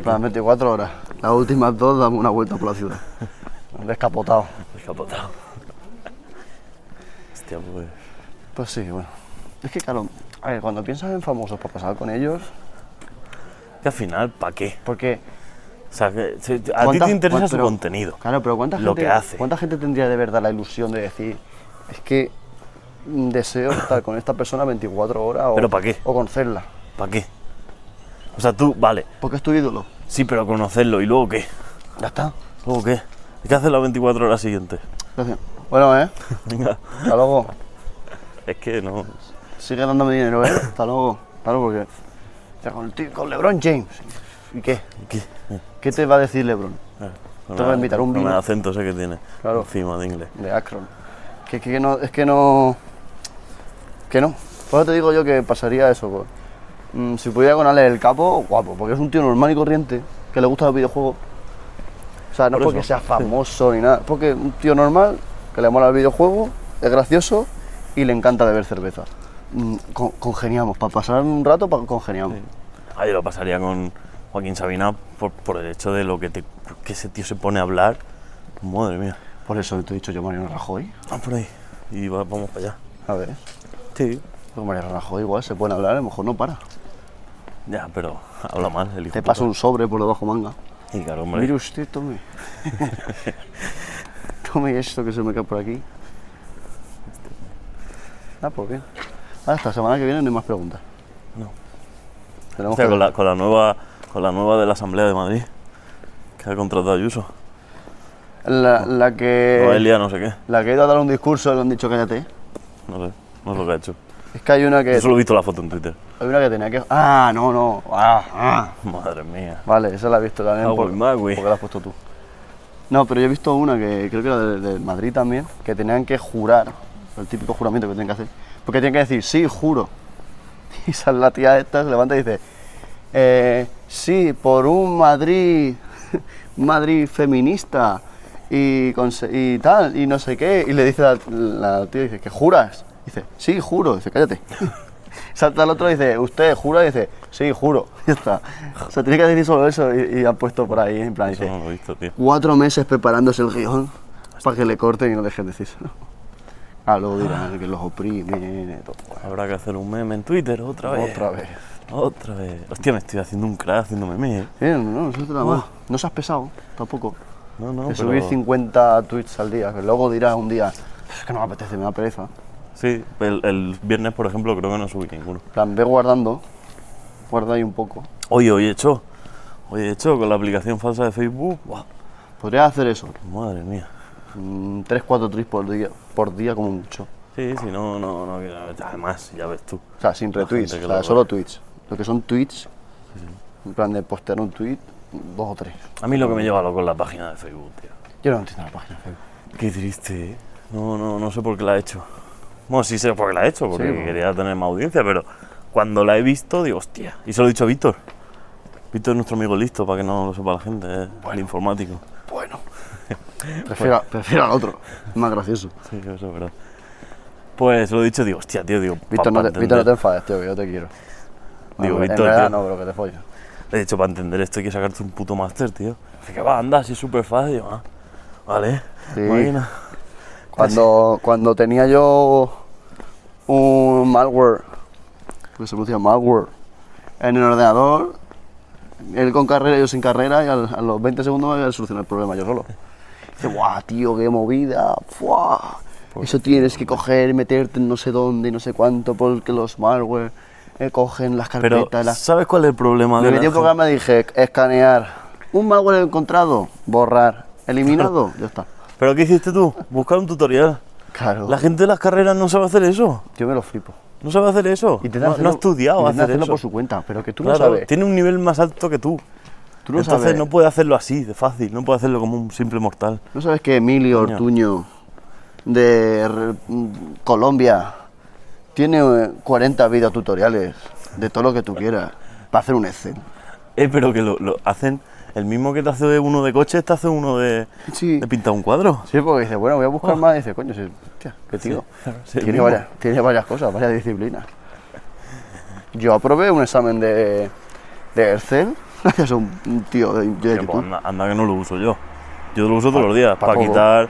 Las 24 horas. Las últimas dos damos una vuelta por la ciudad. Descapotado.
Descapotado. Hostia, pues.
Pues sí, bueno. Es que claro, a ver, cuando piensas en famosos por pasar con ellos,
Que al final, ¿para qué?
porque...
O sea, que, si- a ti
¿cuántas-
te interesa
cuán-
su
pero-
contenido.
Claro, pero ¿cuánta
Lo
gente,
que hace.
¿cuánta gente tendría de verdad la ilusión de decir, es que deseo estar con esta persona 24 horas o,
¿Pero pa' qué?
o conocerla?
¿Para qué? O sea, tú, vale,
Porque es tu ídolo.
sí, pero conocerlo. ¿Y luego qué?
Ya está.
¿Luego qué? Hay que hacer las 24 horas siguientes.
Gracias. Bueno, ¿eh?
Venga.
Hasta luego.
Es que no.
Sigue dándome dinero, ¿eh? Hasta luego. Claro, porque... Está con, el tío- con LeBron James. ¿Y qué?
¿Qué?
¿Qué te va a decir LeBron?
No
Te
me
voy a
da-
invitar un
no me
vino.
da acento ese que tiene.
Claro.
Encima de inglés.
de Akron. Que, que- que no, es que no. Que no. Por eso te digo yo que pasaría eso. pues. Mm, si pudiera con Ale el capo, guapo, porque es un tío normal y corriente. que le gustan los videojuegos. O sea, no
Por
porque
eso.
sea famoso ni nada, porque un tío normal que le mola el videojuego, es gracioso y le encanta beber cerveza. Mm, con- congeniamos, para pasar un rato pa- congeniamos.
Ah, yo lo pasaría con Joaquín Sabina por, por el hecho de lo que, te- que ese tío se pone a hablar. Madre mía.
Por eso te he dicho yo Mariano Rajoy.
Ah, por ahí. Y va- vamos para allá.
A ver,
Sí.
pues Mariano Rajoy igual se pueden hablar, a lo mejor no para.
Ya, pero habla mal el hijo.
Te paso un sobre por debajo manga.
Y claro, hombre.
Mire usted, tome. tome esto que se me cae por aquí. Ah, ¿por qué? Hasta la semana que viene no hay más preguntas.
No.
Tenemos
O sea,
que-
con la, con la nueva con la nueva de la Asamblea de Madrid. Que ha contratado a Ayuso.
la, la que
Noelia, no sé qué.
la que ha ido a dar un discurso y le han dicho cállate.
No sé. No sé lo que ha hecho.
Es que hay una que
Yo solo he visto la foto en Twitter.
hay una que tenía que ah no no ah, ah.
Madre mía.
Vale, esa la he visto también.
Ah,
por-
güey, más, güey.
Porque la has puesto tú. No, pero yo he visto una que creo que era de, de Madrid también, que tenían que jurar, el típico juramento que tienen que hacer, porque tienen que decir, sí, juro. Y sale la tía esta, se levanta y dice, "Eh, sí, por un Madrid, Madrid feminista y, conse- y tal, y no sé qué. Y le dice la, la tía, dice, ¿que juras? dice, sí, juro. Dice, cállate. Salta el otro y dice, ¿usted jura? Y dice, sí, juro. Ya está. O sea, tiene que decir solo eso y, y han puesto por ahí, en plan,
Eso
dice,
no lo he visto, tío.
cuatro meses preparándose el guión para que le corten y no dejen decírselo. Ah, luego dirán que los oprimen y todo.
Habrá que hacer un meme en Twitter otra vez.
Otra vez.
Otra vez. Hostia, me estoy haciendo un crack haciendo meme, ¿eh?
Eh, no, no, eso no está mal. No seas pesado, tampoco.
No, no,
De
pero...
subir 50 tweets al día, que luego dirás un día, es que no me apetece, me da pereza.
Sí, el, el viernes, por ejemplo, creo que no subí ninguno.
En plan, ve guardando, guarda ahí un poco.
Oye, oye, hecho. Oye, hecho, con la aplicación falsa de Facebook. ¡buah!
Podrías hacer eso,
Madre mía.
3, 4 tweets por día, por día como mucho.
Sí, sí, no, no, no. que- Además, ya ves tú.
O sea, sin
La
retweets,
gente
o
que
sea,
lo
solo
ve.
tweets. Lo que son tweets, en plan de postear un tweet, dos o tres.
A mí lo que me lleva loco es la página de Facebook, tío.
Yo no entiendo la página de Facebook.
Qué triste, ¿eh? No, no, no sé por qué la he hecho. Bueno, sí sé por qué la he hecho, porque
Sí, bueno.
quería tener más audiencia, pero cuando la he visto, digo, hostia. Y se lo he dicho a Víctor. Víctor es nuestro amigo listo, para que no lo sepa la gente, es el informático.
Bueno,
Pues
prefiero, prefiero al otro, es más gracioso.
Sí, eso es verdad. Pues se lo he dicho, digo, hostia, tío, digo. pa-
Víctor, no
pa
te, Víctor, no te
entender-
enfades, tío, que yo te quiero.
Digo,
en
Víctor,
verdad
tío.
no, pero que te follo.
Le he dicho, para entender esto hay que sacarte un puto máster, tío. Dice que va, anda, si es súper fácil. Digo, ah, vale.
Sí.
Imagina.
Cuando, cuando tenía yo un malware, que se pronuncia malware, en el ordenador, él con carrera y yo sin carrera, y al- a los 20 segundos me había solucionado el problema yo solo. Dice, guau, tío, qué movida, fuá. Eso tienes que coger y meterte en no sé dónde y no sé cuánto, porque los malware eh, cogen las
Pero,
carpetas. las...
¿sabes cuál es el problema
Me
de la
metí en
gente?
programa y dije, escanear, un malware encontrado, borrar, eliminado, ya está.
¿Pero qué hiciste tú? Buscar un tutorial.
Claro,
La gente de las carreras no sabe hacer eso.
yo me lo flipo.
No sabe hacer eso.
Y te
no, no ha estudiado hacer
hacerlo
eso.
por su cuenta, pero que tú
Claro,
no sabes.
tiene un nivel más alto que tú.
Tú no
Entonces
sabes,
no puede hacerlo así, de fácil. No puede hacerlo como un simple mortal.
no sabes que Emilio
Coño.
Ortuño de R- mm, Colombia tiene eh, 40 videotutoriales de todo lo que tú quieras para hacer un Excel.
Eh, pero que lo, lo hacen... El mismo que te hace uno de coches, te hace uno de,
Sí.
de pintar un cuadro.
Sí, porque dice, bueno, voy a buscar más. Y dice, coño, sí, hostia, qué tío.
claro, Oh. sí,
tiene,
mismo.
varias, tiene varias cosas, varias disciplinas. Yo aprobé un examen de, de Excel gracias a un un tío de, de
Que, pues,
YouTube.
anda, anda que no lo uso yo. Yo lo uso todos los días
pa
para
poco.
quitar,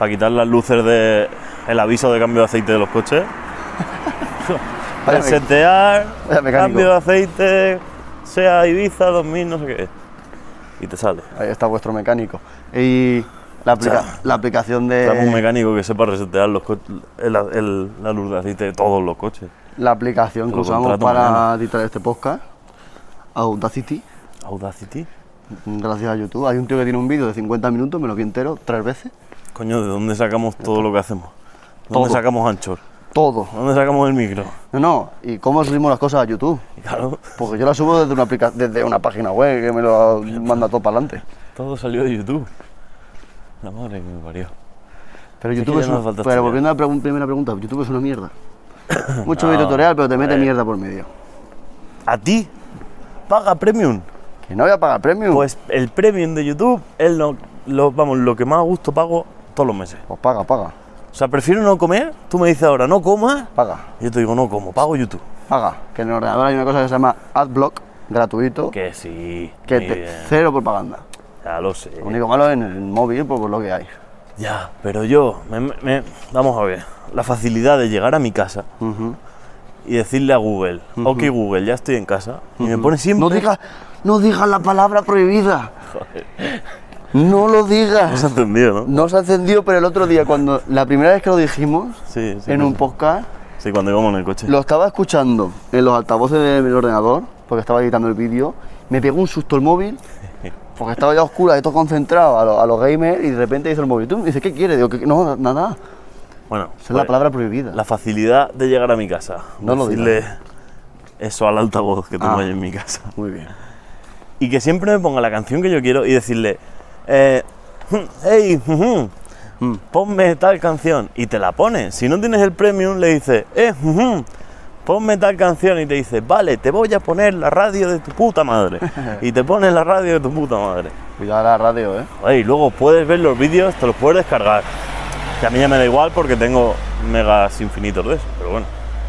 para quitar las luces de el aviso de cambio de aceite de los coches.
Vaya me-
Resetear,
vaya mecánico.
cambio de aceite, sea Ibiza 2000, no sé qué. Y te sale.
Ahí está vuestro mecánico. Y la, aplica-
Chao.
la aplicación
Dame un
de
mecánico que sepa resetear los co- el- el- la luz de aceite de todos los coches.
la aplicación que
Lo
usamos
contrato
para
mañana.
editar este podcast, Audacity,
Audacity.
gracias a YouTube. Hay un tío que tiene un vídeo de 50 minutos, me lo vi entero tres veces.
Coño, ¿de dónde sacamos todo lo que hacemos? ¿Dónde
Todo.
sacamos Anchor?
Todo.
¿Dónde sacamos el micro?
No, no. ¿Y cómo subimos las cosas a YouTube?
Y claro,
Porque yo las subo desde una, aplica- desde una página web que me lo manda todo para adelante.
todo salió de YouTube. La madre que me parió.
Pero
Es que
YouTube
ya
es
no
una-
hace falta
Pero
estudiar.
volviendo a la pregun- primera pregunta, YouTube es una mierda. Mucho
No,
videotutorial, pero te mete
hombre.
mierda por medio.
¿A ti? Paga premium.
Que no voy a pagar premium.
Pues el premium de YouTube es lo, lo- vamos, lo que más a gusto pago todos los meses.
Pues paga, paga,
O sea, prefiero no comer. Tú me dices ahora, no comas.
paga,
Yo te digo, no como, pago YouTube.
paga. Que en el ordenador hay una cosa que se llama Adblock gratuito.
Que sí.
Que
muy
te-
bien,
cero propaganda.
Ya lo sé.
Lo único malo en el móvil, pues por lo que hay.
Ya, pero yo, me- me- vamos a ver, la facilidad de llegar a mi casa
Ujú.
y decirle a Google, ok Google, ya estoy en casa, y me pone siempre...
No digas no digas la palabra prohibida.
Joder,
No lo
no se ha
digas.
entendido, ¿no?
No se encendió, pero el otro día, cuando la primera vez que lo dijimos
Sí, sí.
en
no
un
sé.
podcast,
Sí, cuando íbamos en el coche.
Lo estaba escuchando en los altavoces del ordenador, porque estaba editando el vídeo. Me pegó un susto el móvil, porque estaba ya a oscura, y todo concentrado a, lo- a los gamers, y de repente dice el móvil, tú me dices, ¿qué quieres? Digo, "Que- no, nada,
Bueno,
esa es la
vale,
palabra prohibida.
la facilidad de llegar a mi casa.
No lo
decirle eso al altavoz que tengo
Ah.
ahí en mi casa.
Muy bien.
Y que siempre me ponga la canción que yo quiero y decirle, eh, hey, ujú, ponme tal canción. Y te la pone. Si no tienes el premium, le dices, eh, ujú, ponme tal canción. Y te dice, vale, te voy a poner la radio de tu puta madre. y te pones la radio de tu puta madre.
Cuidado la radio, ¿eh?
Joder, y luego puedes ver los vídeos, te los puedes descargar. Que a mí ya me da igual porque tengo megas infinitos de eso, pero bueno,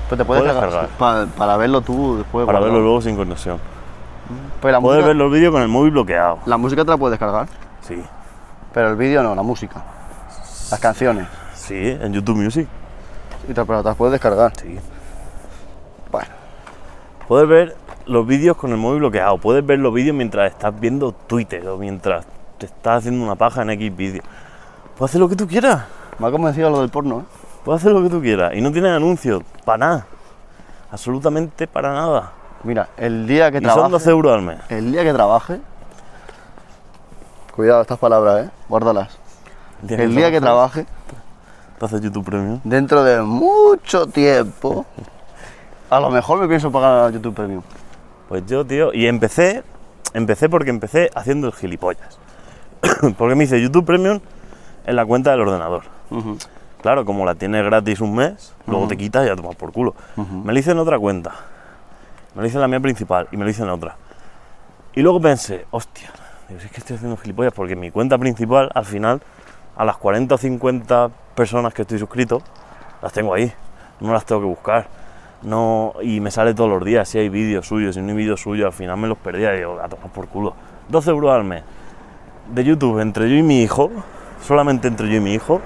Pues te puedes
Puedes
cargar
cargar.
pa- para verlo tú después.
para
guardado.
verlo luego sin conexión.
Pues la,
Puedes
música,
ver los vídeos con el móvil bloqueado.
la música te la puedes cargar,
Sí,
pero el vídeo no, la música. Las canciones.
sí, en YouTube Music.
Y te, pero te las puedes descargar.
Sí.
Bueno,
Puedes ver los vídeos con el móvil bloqueado. Puedes ver los vídeos mientras estás viendo Twitter o mientras te estás haciendo una paja en X vídeo. Puedes hacer lo que tú quieras.
me ha convencido lo del porno, ¿eh?
Puedes hacer lo que tú quieras. Y no tienes anuncios. Para nada. Absolutamente para nada.
Mira, el día que
Y son
trabajas.
12 euros al mes.
El día que trabaje, cuidado estas palabras, ¿eh? guárdalas. El día que trabaje,
Te haces YouTube Premium.
dentro de mucho tiempo, a lo mejor me pienso pagar a YouTube Premium.
Pues yo, tío, y empecé, empecé porque empecé haciendo el gilipollas. porque me hice YouTube Premium en la cuenta del ordenador. Claro, como la tienes gratis un mes, luego te quitas y ya tomas por culo. Me lo hice en otra cuenta. Me lo hice en la mía principal y me lo hice en otra. Y luego pensé, hostia, digo, si es que estoy haciendo gilipollas porque mi cuenta principal, al final, a las 40 o 50 personas que estoy suscrito, las tengo ahí. No las tengo que buscar. No, y me sale todos los días si hay vídeos suyos, si no hay vídeos suyos, al final me los perdía y digo, a tomar por culo. 12 euros al mes de YouTube entre yo y mi hijo, solamente entre yo y mi hijo,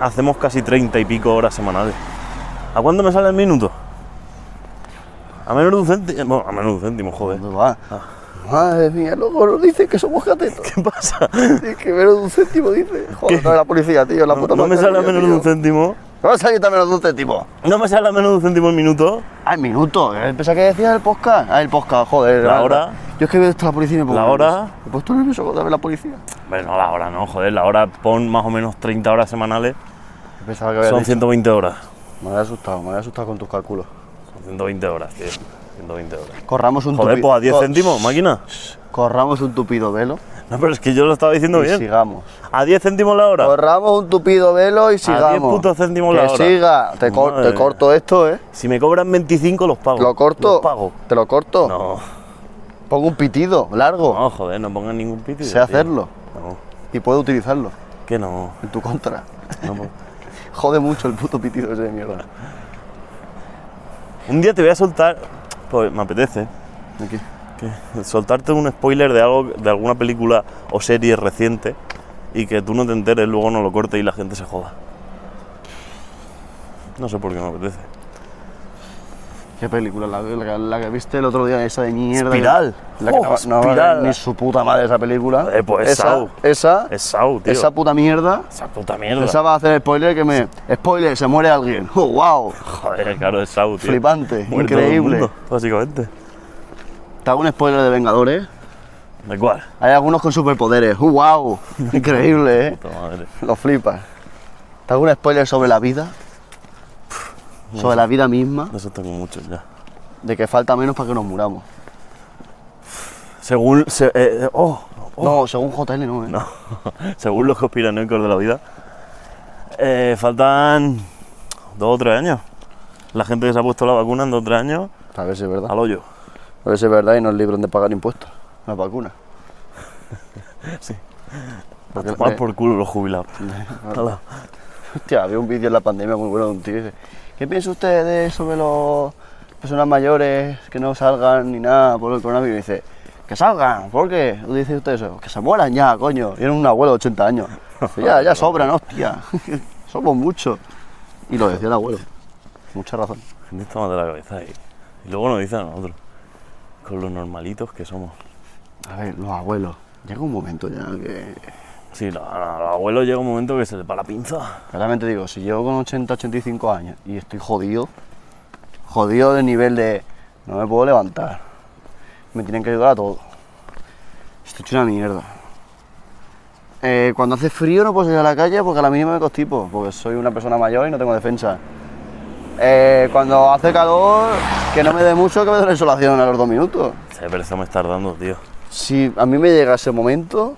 hacemos casi 30 y pico horas semanales. ¿A cuánto me sale el minuto? A menos de un céntimo, bueno, a menos de un céntimo, joder.
¿Dónde va?
Ah.
Madre mía, luego nos dicen que somos catetos.
¿Qué pasa?
Dice que menos de un céntimo, dice. Joder, no, la policía, tío, la
No,
puta
no me sale a
mascarilla,
menos de
tío.
un céntimo.
¿Me va a salir a menos de un céntimo?
No me sale a menos de un céntimo el minuto.
Al minuto, eh, pensaba que decía el podcast. Ah, el podcast, joder.
La
vale.
hora.
Yo es que veo esto a la policía y me pongo.
La
nervioso.
hora.
Me he puesto nervioso cuando ve la policía.
Bueno, la hora no, joder, la hora pon más o menos 30 horas semanales.
Pensaba que había
Son
dicho.
120 horas.
Me había asustado, me había asustado con tus cálculos.
Son 120 horas, tío. 120 horas.
Corramos un
Joder,
tupi-
pues a 10
co-
céntimos, máquina.
Corramos un tupido velo
No, pero es que yo lo estaba diciendo
y
bien.
sigamos.
A 10 céntimos la hora.
Corramos un tupido velo y sigamos.
10 putos céntimos la
Que
hora.
siga. Te, cor-
Madre
te corto esto, ¿eh?
Si me cobran 25 los pago.
¿Lo corto?
Los pago.
¿Te lo corto?
No,
Pongo un pitido largo.
no, joder, no pongan ningún pitido.
sé
tío.
hacerlo
No,
y puedo utilizarlo
que no.
en tu contra.
no po-
Jode mucho el puto pitido ese de mierda.
Un día te voy a soltar, pues me apetece,
Aquí.
que- soltarte un spoiler de algo, de alguna película o serie reciente y que tú no te enteres, luego no lo cortes y la gente se joda. No sé por qué me apetece.
¿Qué película? La, la- la que viste el otro día, esa de mierda.
Espiral.
La que
Oh,
no, va- no va a ver
Espiral.
ni su puta madre esa película.
Joder, pues,
esa,
Saw.
esa,
Es Sau, tío.
esa puta mierda.
Esa puta mierda.
Esa va a hacer spoiler que me. Spoiler, se muere alguien. ¡Oh, wow!
Joder, claro, es Sau, tío.
Flipante,
Muere todo el
increíble.
mundo, básicamente.
Te hago un spoiler de Vengadores.
¿De cuál?
Hay algunos con superpoderes. ¡Uh, wow! Increíble, ¿eh?
Puta madre.
Lo flipas. ¿Te hago un spoiler sobre la vida? Sobre la vida misma.
De eso tengo muchos ya.
De que falta menos para que nos muramos.
Según. se- eh, eh, oh, oh,
No, según JL no, ¿eh?
no. Según los conspiranoicos de la vida, eh, faltan dos o tres años. La gente que se ha puesto la vacuna en dos o tres años,
A ver si es verdad.
al hoyo.
A ver si es verdad y nos libran de pagar impuestos. Las vacunas.
Sí. A
Porque-
tomar por culo los jubilados. Hala.
Hostia, había un vídeo en la pandemia muy bueno de un tío que dice, ¿qué piensa usted de sobre los personas mayores que no salgan ni nada por el coronavirus? Y dice, que salgan, ¿por qué? Dice usted eso, que se mueran ya, coño. Y era un abuelo de 80 años. Dice, ya, ya sobran, hostia. Somos muchos. Y lo decía el abuelo. Mucha razón.
La gente está mal de la cabeza y, y luego nos dicen a nosotros, con los normalitos que somos.
A ver, los abuelos. Llega un momento ya que...
Sí, no, no, al abuelo llega un momento que se le va la pinza.
Claramente digo, si llego con 80, 85 años y estoy jodido, jodido de nivel de no me puedo levantar, me tienen que ayudar a todo. Estoy hecho una mierda. Eh, cuando hace frío no puedo salir a la calle porque a la mínima me constipo, porque soy una persona mayor y no tengo defensa. Eh, cuando hace calor, que no me dé mucho, que me dé la insolación a los dos minutos.
Se pereza me está dando, tío.
Si a mí me llega ese momento,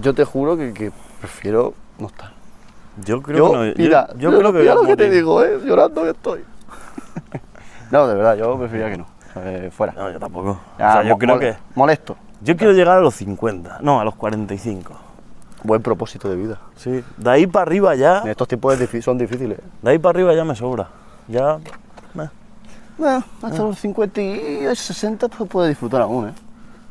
yo te juro que, que prefiero no estar
Yo creo
yo,
que no- yo-
mira,
yo
mira
creo que voy a
lo que te
morir.
digo, ¿eh? llorando que estoy. no, de verdad, yo preferiría que no. eh, fuera.
No, yo tampoco.
Ya,
o sea, yo
mo-
creo
mole-
que.
Molesto.
Yo quiero llegar a los 50, no, a los 45.
Buen propósito de vida.
Sí. De ahí para arriba ya.
En estos tiempos es difí- son difíciles.
De ahí para arriba ya me sobra. Ya. eh, Ah.
hasta los 50 y 60 se puede disfrutar aún, ¿eh?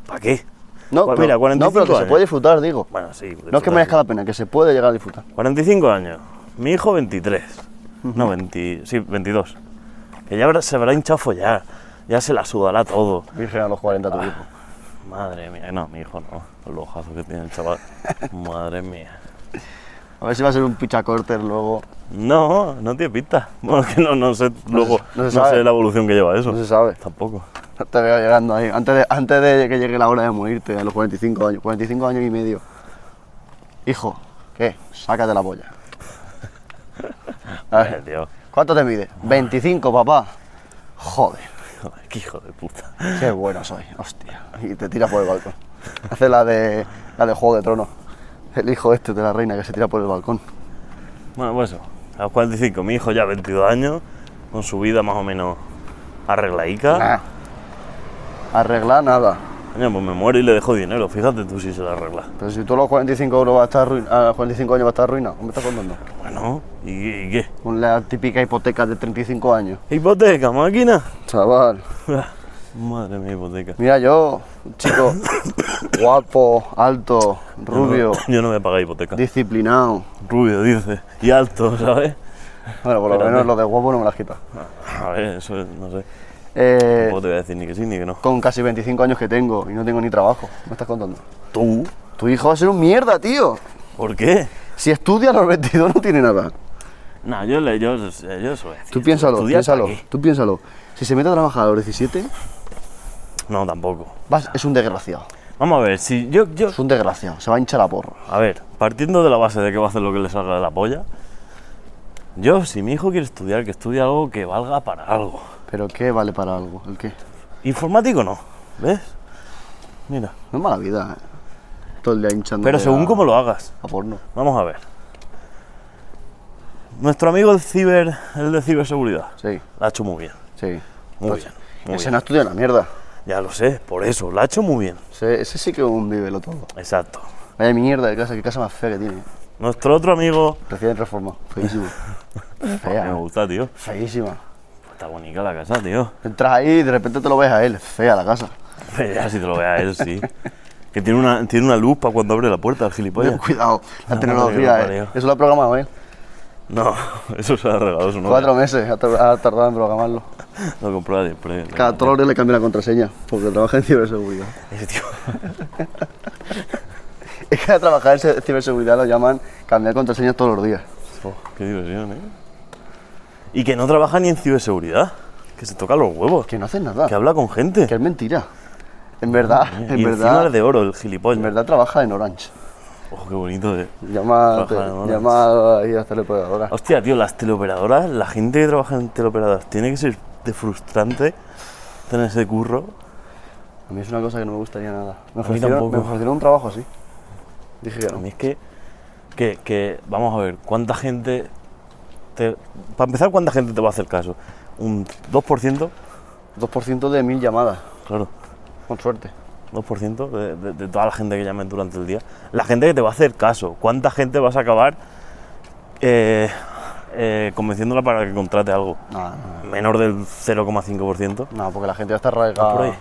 ¿Para qué?
No,
Pues
pero-
mira, 45
no pero que se
años.
puede disfrutar, digo.
Bueno, sí.
No es que
disfrutar.
merezca la pena, que se puede llegar a disfrutar.
45 años. Mi hijo 23. No, 20, sí, 22. Que ya habrá- se habrá hinchado a follar. Ya se la sudará todo.
Virgen a los 40 tu hijo.
Madre mía. No, mi hijo no. Con los ojazos que tiene el chaval. Madre mía.
A ver si va a ser un pichacorter luego.
No, no tiene pinta. Bueno, que no, no sé luego,
no se
no,
sabe.
sé la evolución que lleva eso.
No se sabe.
Tampoco.
Te veo llegando ahí. Antes de, antes de que llegue la hora de morirte, a los 45 años. 45 años y medio. Hijo, ¿qué? Sácate la polla. A
Ay,
ver,
tío.
¿Cuánto te mide? 25, papá. Joder,
Joder, qué hijo de puta.
qué bueno soy. Hostia. Y te tiras por el balcón. Hace la de, la de Juego de Tronos. El hijo este de la reina que se tira por el balcón.
Bueno, pues eso. A los 45. Mi hijo ya 22 años. Con su vida más o menos arreglaica.
Nah. Arreglar nada.
Coño, pues me muero y le dejo dinero. Fíjate tú si se la arregla.
Pero si tú a los 45, euros vas a, estar arruin- a los 45 años vas a estar arruinado, ¿qué me estás contando?
Bueno, ¿y, y qué?
Con la típica hipoteca de 35 años.
¿Hipoteca, máquina?
Chaval.
Madre mía, hipoteca.
Mira, yo, un chico guapo, alto, rubio,
Yo no voy a pagar hipoteca.
disciplinado.
Rubio, dice. Y alto, ¿sabes?
Bueno, por lo
Espérate.
menos lo de guapo no me las quita.
A ver, eso es- no sé.
Eh,
Tampoco te voy a decir ni que sí ni que no.
con casi 25 años que tengo y no tengo ni trabajo. ¿Me estás contando?
¿Tú?
Tu hijo va a ser un mierda, tío.
¿Por qué?
Si estudia a los 22 no tiene nada.
No, yo le. Yo, yo eso voy a decir.
Tú piénsalo,
Estudiar,
piénsalo,
¿para qué?
tú piénsalo. Si se mete a trabajar a los 17,
No, tampoco.
vas- es un desgraciado.
Vamos a ver, si yo, yo.
Es un desgraciado, se va a hinchar la porra.
A ver, partiendo de la base de que va a hacer lo que le salga de la polla. Yo, si mi hijo quiere estudiar, que estudie algo que valga para algo.
Pero ¿qué vale para algo? ¿El qué?
Informático no, ¿ves? Mira.
No es mala vida, ¿eh? Todo el día hinchando.
Pero según
a,
cómo lo hagas.
A porno.
Vamos a ver. Nuestro amigo el ciber, el de ciberseguridad,
Sí,
la ha hecho muy bien.
sí.
Muy
Pues,
bien. muy
Ese
bien.
no estudia una mierda.
Ya lo sé, por eso, la ha hecho muy bien.
Ese, ese sí que es un vivelo todo.
Exacto.
Vaya mierda de casa, qué casa más fea que tiene.
Nuestro otro amigo.
Recién reformado. Feísimo.
Me
Fea.
gusta, tío.
Feísima.
Está bonita la casa, tío.
Entras ahí y de repente te lo ves a él. Fea la casa.
Pero ya si te lo ve a él, sí. Que tiene una, tiene una luz para cuando abre la puerta, el gilipollas.
Cuidado. La
La madre
tecnología,
que lo
eh.
parió.
Eso lo ha programado él.
No, eso se lo ha regalado su novia.
Cuatro meses ha tar- ha tardado en programarlo.
Lo compró la Desprez.
Cada tres horas le cambia la contraseña porque trabaja en ciberseguridad.
Ese tío.
Es que a trabajar en ce- ciberseguridad lo llaman cambiar contraseñas todos los días.
Oh, qué diversión, ¿eh? Y que no trabaja ni en ciberseguridad. Que se toca los huevos.
Que no hacen nada.
Que habla con gente.
Que es mentira. En verdad, en
y encima
verdad,
es de oro el gilipollas.
en verdad trabaja en Orange.
Oh, qué bonito. eh.
Llama,
Trabaja en Orange.
llama y hacerle proveedora.
Hostia, tío, las teleoperadoras, la gente que trabaja en teleoperadoras, tiene que ser de frustrante tener ese curro.
A mí es una cosa que no me gustaría nada. Me
mí
ofrecieron,
tampoco.
me ofrecieron un trabajo así. Dije que
A
no.
mí es que, que, que, vamos a ver, ¿cuánta gente... Te, para empezar, ¿cuánta gente te va a hacer caso? ¿Un 2%?
2% de mil llamadas,
Claro.
con suerte.
2% de, de- de toda la gente que llamen durante el día. La gente que te va a hacer caso. ¿Cuánta gente vas a acabar eh, eh, convenciéndola para que contrate algo?
No, no,
Menor del 0,5%.
no, porque la gente ya está
Va por ahí.
arraigada.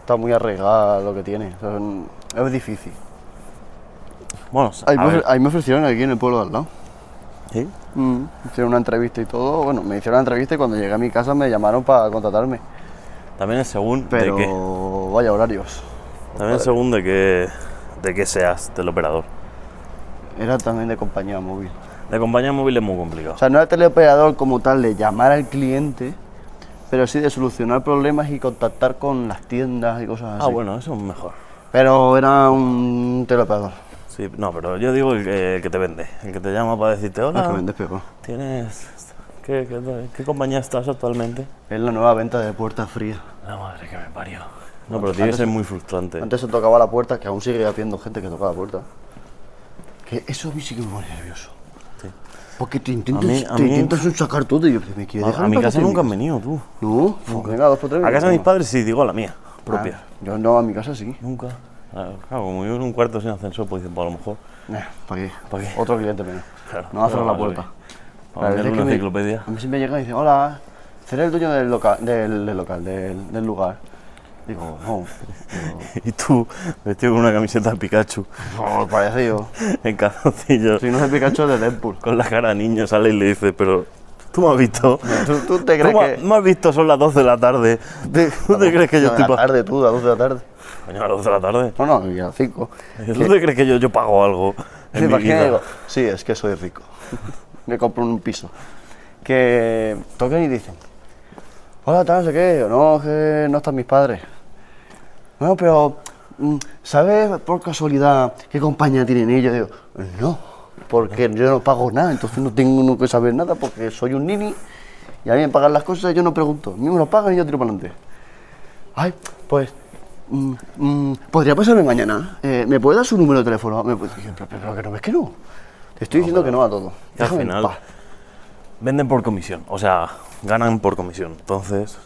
Está muy arraigada a lo que tiene. O sea, son- es difícil.
Bueno,
Ahí
a
me,
ver,
ofre- ahí me ofrecieron aquí en el pueblo de al lado. ah.
¿sí? Mm.
Hicieron una entrevista y todo. Bueno, me hicieron una entrevista y cuando llegué a mi casa me llamaron para contratarme.
También es según
Pero
de qué.
vaya horarios.
También es según de qué, de qué seas del operador.
Era también de compañía móvil.
De compañía móvil es muy complicado.
O sea, no era teleoperador como tal de llamar al cliente, pero sí de solucionar problemas y contactar con las tiendas y cosas así.
ah, bueno, eso es mejor.
Pero era un teleoperador.
Sí, no, pero yo digo el que, el que te vende, el que te llama para decirte,
Ah,
hola,
que vendes peor.
¿tienes... ¿Qué, qué, qué compañía estás actualmente?
Es la nueva venta de puerta fría.
La madre que me parió. No, pero tiene que ser muy frustrante.
Antes se tocaba la puerta, que aún sigue habiendo gente que toca la puerta. Que eso a mí sí que me pone nervioso. Porque te intentas,
A mí- a
te
mí-
intentas sacar todo y yo me quiero
A,
dejar
a
en
mi
paz
casa
de
nunca han
técnicas.
venido, tú.
No, pues venga, dos por tres.
A casa de mis
no.
padres sí, digo a la mía, propia.
Ah, Yo no, a mi casa sí.
Nunca. Ah, Claro, como vivo en un cuarto sin ascensor, pues dicen, pues a lo mejor.
Nah, ¿Para qué?
¿Para qué?
Otro cliente menos.
Claro,
no va a cerrar
no,
la puerta.
Para
La verdad
vender
es
una
que me-
enciclopedia.
a mí siempre llegan y dicen, hola, ¿seré el dueño del local, del, del local, del, del lugar? Digo, no,
Y tú, vestido con una camiseta de Pikachu,
no, parece yo.
en calzoncillos,
Si no es Pikachu es de Deadpool.
con la cara de niño, sale y le dice, pero tú me has visto.
¿Tú, tú te
¿Tú
crees
me,
que...?
me has visto? Son las 2 de la tarde. ¿Tú te crees que yo
A
estoy
la
pagando?
tarde, tú, a las 12 de la tarde.
Coño, a las 2 de la tarde.
No, no, y a las 5.
¿Tú te crees que yo, yo pago algo? en
Sí,
mi
¿para qué?
vida?
Digo, sí, es que soy rico. Me compro un piso. Que tocan y dicen, hola, tal, no sé qué. Yo, no, que no están mis padres. No, pero, mm, ¿sabes por casualidad qué compañía tienen ellos? Digo, no, porque yo no pago nada, entonces no tengo no que saber nada porque soy un nini y a mí me pagan las cosas y yo no pregunto. A mí me lo pagan y yo tiro para adelante. Ay, pues. mm, mm, Podría pasarme mañana. Eh, ¿Me puede dar su número de teléfono? Me puede- Dije, pero, pero- pero que no ves que no. Te estoy diciendo que no a todo.
Y al
Déjame en
final,
paz.
venden por comisión. O sea, ganan por comisión. Entonces,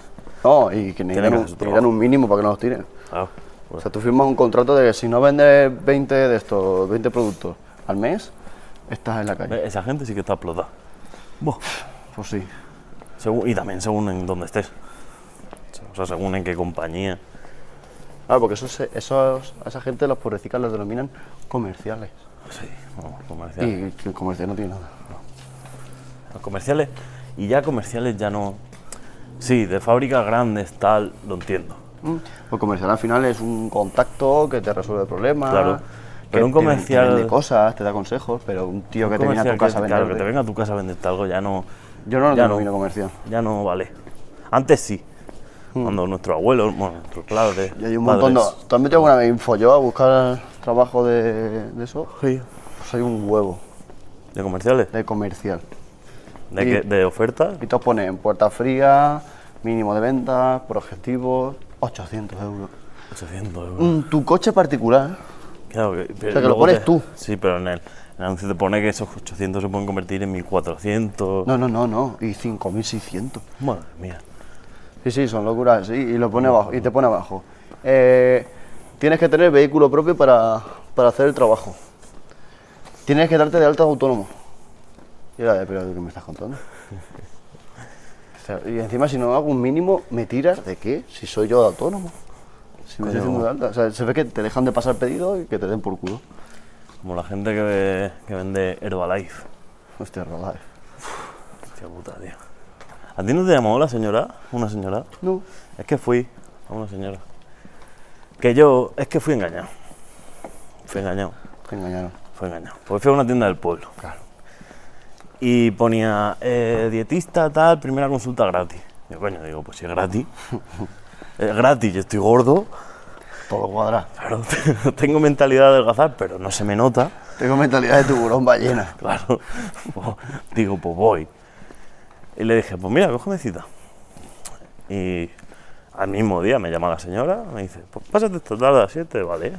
No, y que necesitan,
que
un,
hacer su
necesitan
trabajo.
un mínimo para que no los tiren.
claro.
O
pues,
sea, tú firmas un contrato de que si no vendes 20 de estos, 20 productos al mes, estás en la calle.
esa gente sí que está explotada. Buah.
Pues sí.
Según- y también según en dónde estés. O sea, según en qué compañía.
Claro, porque esos, esos, a esa gente los pobrecicas los denominan comerciales.
Sí, vamos, comerciales.
Y que el comercial no tiene nada.
Los comerciales. Y ya comerciales ya no. Sí, de fábricas grandes, tal, lo entiendo.
Mm, Pues comercial al final es un contacto que te resuelve problemas.
Claro.
que
Pero un
te- te
comercial-
vende cosas, te da consejos, pero un tío que te viene a
Comercial
tu casa a ¿eh?
claro, que
venderte-
te venga a tu casa a venderte algo ya no.
Yo no lo
ya
denomino comercial.
Ya no vale. Antes sí. Cuando nuestros abuelos, bueno, nuestros padres.
Hmm. Y hay un montón de.
padres-
¿Tú has metido alguna vez Infoyo a buscar trabajo de, de eso?
Sí.
Pues hay un huevo
¿De comerciales?
de comercial.
¿De, qué- de ofertas?
Y todos ponen puerta fría, mínimo de ventas, por objetivos, 800 euros.
800 euros.
Mm, tu coche particular,
Claro, que, pero
que lo
luego
pones
te-
tú.
Sí, pero en el, en el anuncio te pone que esos 800 se pueden convertir en 1400.
no, no, no, no, y 5600.
Madre mía.
Sí, sí, son locuras, sí, y lo pone abajo, y te pone abajo. Eh, tienes que tener vehículo propio para, para hacer el trabajo. Tienes que darte de alta de autónomo. Y era de, pero ¿qué me estás contando? O sea, y encima si no hago un mínimo, ¿me tiras de qué? Si soy yo de autónomo. Si me estoy haciendo de alta. O sea, se ve que te dejan de pasar pedido y que te den por culo.
Como la gente que, ve- que vende Herbalife.
Hostia, Herbalife.
Hostia puta, tío. ¿A ti no te llamó la señora? ¿Una señora?
No.
Es que fui a una señora. Que yo, es que fui engañado. Fui engañado,
Te engañaron.
fui engañado. Porque fui a una tienda del pueblo. Claro. Y ponía, eh, dietista, tal, primera consulta gratis. Yo, coño, digo, pues si es gratis. es gratis, yo estoy gordo.
Todo cuadra.
Claro, tengo mentalidad de adelgazar, pero no se me nota.
Tengo mentalidad de tiburón ballena.
Claro. Pues, digo, pues voy. Y le dije, pues mira, cógeme cita. Y al mismo día me llama la señora, me dice, pues pásate esta tarde a las 7, vale.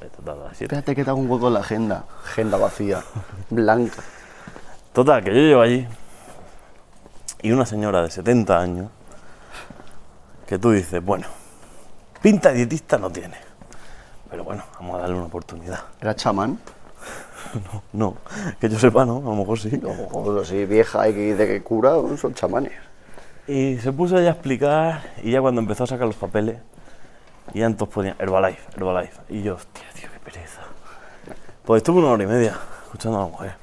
Esta tarde a las 7.
Espérate que te hago un hueco en la agenda. Agenda vacía. Blanca.
Total, que yo llevo allí. Y una señora de 70 años, que tú dices, bueno, pinta de dietista no tiene. Pero bueno, vamos a darle una oportunidad.
¿Era chamán?
No, que yo sepa, no, a lo mejor sí.
Ojo, Oh, sí, vieja y que dice que cura, son chamanes.
Y se puso ella a explicar, y ya cuando empezó a sacar los papeles, y ya entonces ponían Herbalife, Herbalife. Y yo, hostia, tío, qué pereza. Pues estuve una hora y media escuchando a la mujer.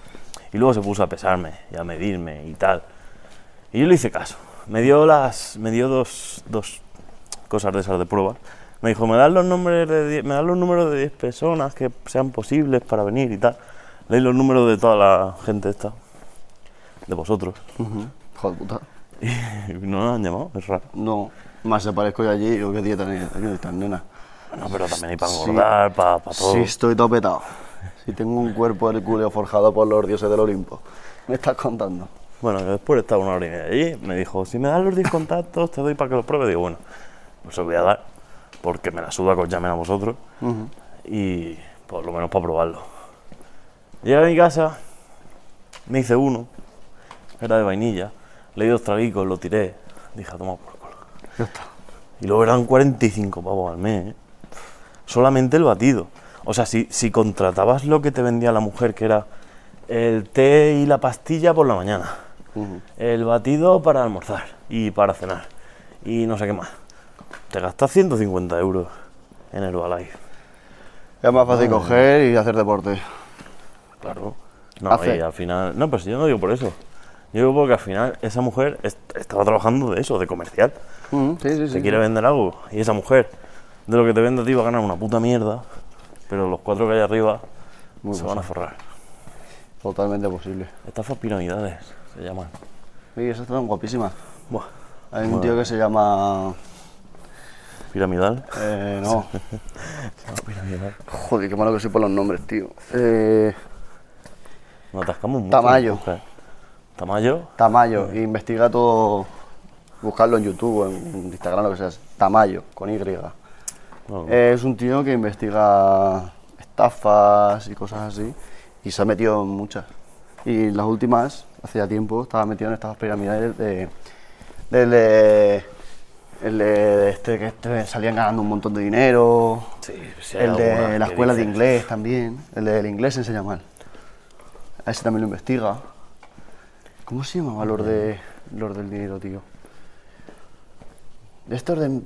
Y luego se puso a pesarme y a medirme y tal. Y yo le hice caso. Me dio, las, me dio dos, dos cosas de esas de prueba. Me dijo, me das los, nombres de die- me das los números de 10 personas que sean posibles para venir y tal. Leí los números de toda la gente esta, de vosotros.
Joder, puta.
Y no nos han llamado, es raro.
No, más se parezco yo allí y digo, qué tía tan, qué tan nena.
No, pero también hay para
Sí.
engordar, para, para todo.
Sí, estoy todo petado. Si tengo un cuerpo hercúleo forjado por los dioses del Olimpo. ¿Me estás contando?
Bueno, que después estaba una hora y media allí, me dijo, si me das los 10 contactos, te doy para que los pruebe. Digo, bueno, pues os voy a dar, porque me la suda que os llamen a vosotros, y por lo menos para probarlo. Llegué a mi casa, me hice uno, era de vainilla, le di dos tragicos, lo tiré, dije, "Ah, toma pues, por culo.
Ya está.
Y luego eran 45 pavos al mes. ¿eh? Solamente el batido. O sea, si, si contratabas lo que te vendía la mujer, que era el té y la pastilla por la mañana, el batido para almorzar y para cenar, y no sé qué más, te gastas 150 euros en Herbalife.
Es más fácil coger y hacer deporte.
Claro. No,
Hace-
y al final. No, pero si yo no digo por eso. Yo digo porque al final esa mujer est- estaba trabajando de eso, de comercial.
Mm, sí, sí,
te
sí.
quiere vender algo y esa mujer de lo que te vende a ti va a ganar una puta mierda, pero los cuatro que hay arriba se van a forrar.
Totalmente posible.
Estafas piramidales se llaman.
Y esas están guapísimas.
Buah,
Hay un tío que se llama.
piramidal.
eh, no.
Se
Ah,
llama piramidal.
Joder, qué malo que soy por los nombres, tío. Eh,
Nos atascamos mucho.
Tamayo.
mujer. Tamayo.
Tamayo. Investiga todo. Buscarlo en YouTube o en Instagram, lo que sea. Tamayo, con Y.
Bueno,
Eh, es un tío que investiga estafas y cosas así. Y se ha metido en muchas. Y las últimas, hace ya tiempo, estaba metido en estas piramidales de. del de- el de este que este salían ganando un montón de dinero.
sí, sí hay
El de
alguna
la
que
escuela de
dices,
inglés también. El del inglés se enseña mal. A ese también lo investiga. ¿Cómo se llamaba Lord, de, Lord del Dinero, tío? De estos de-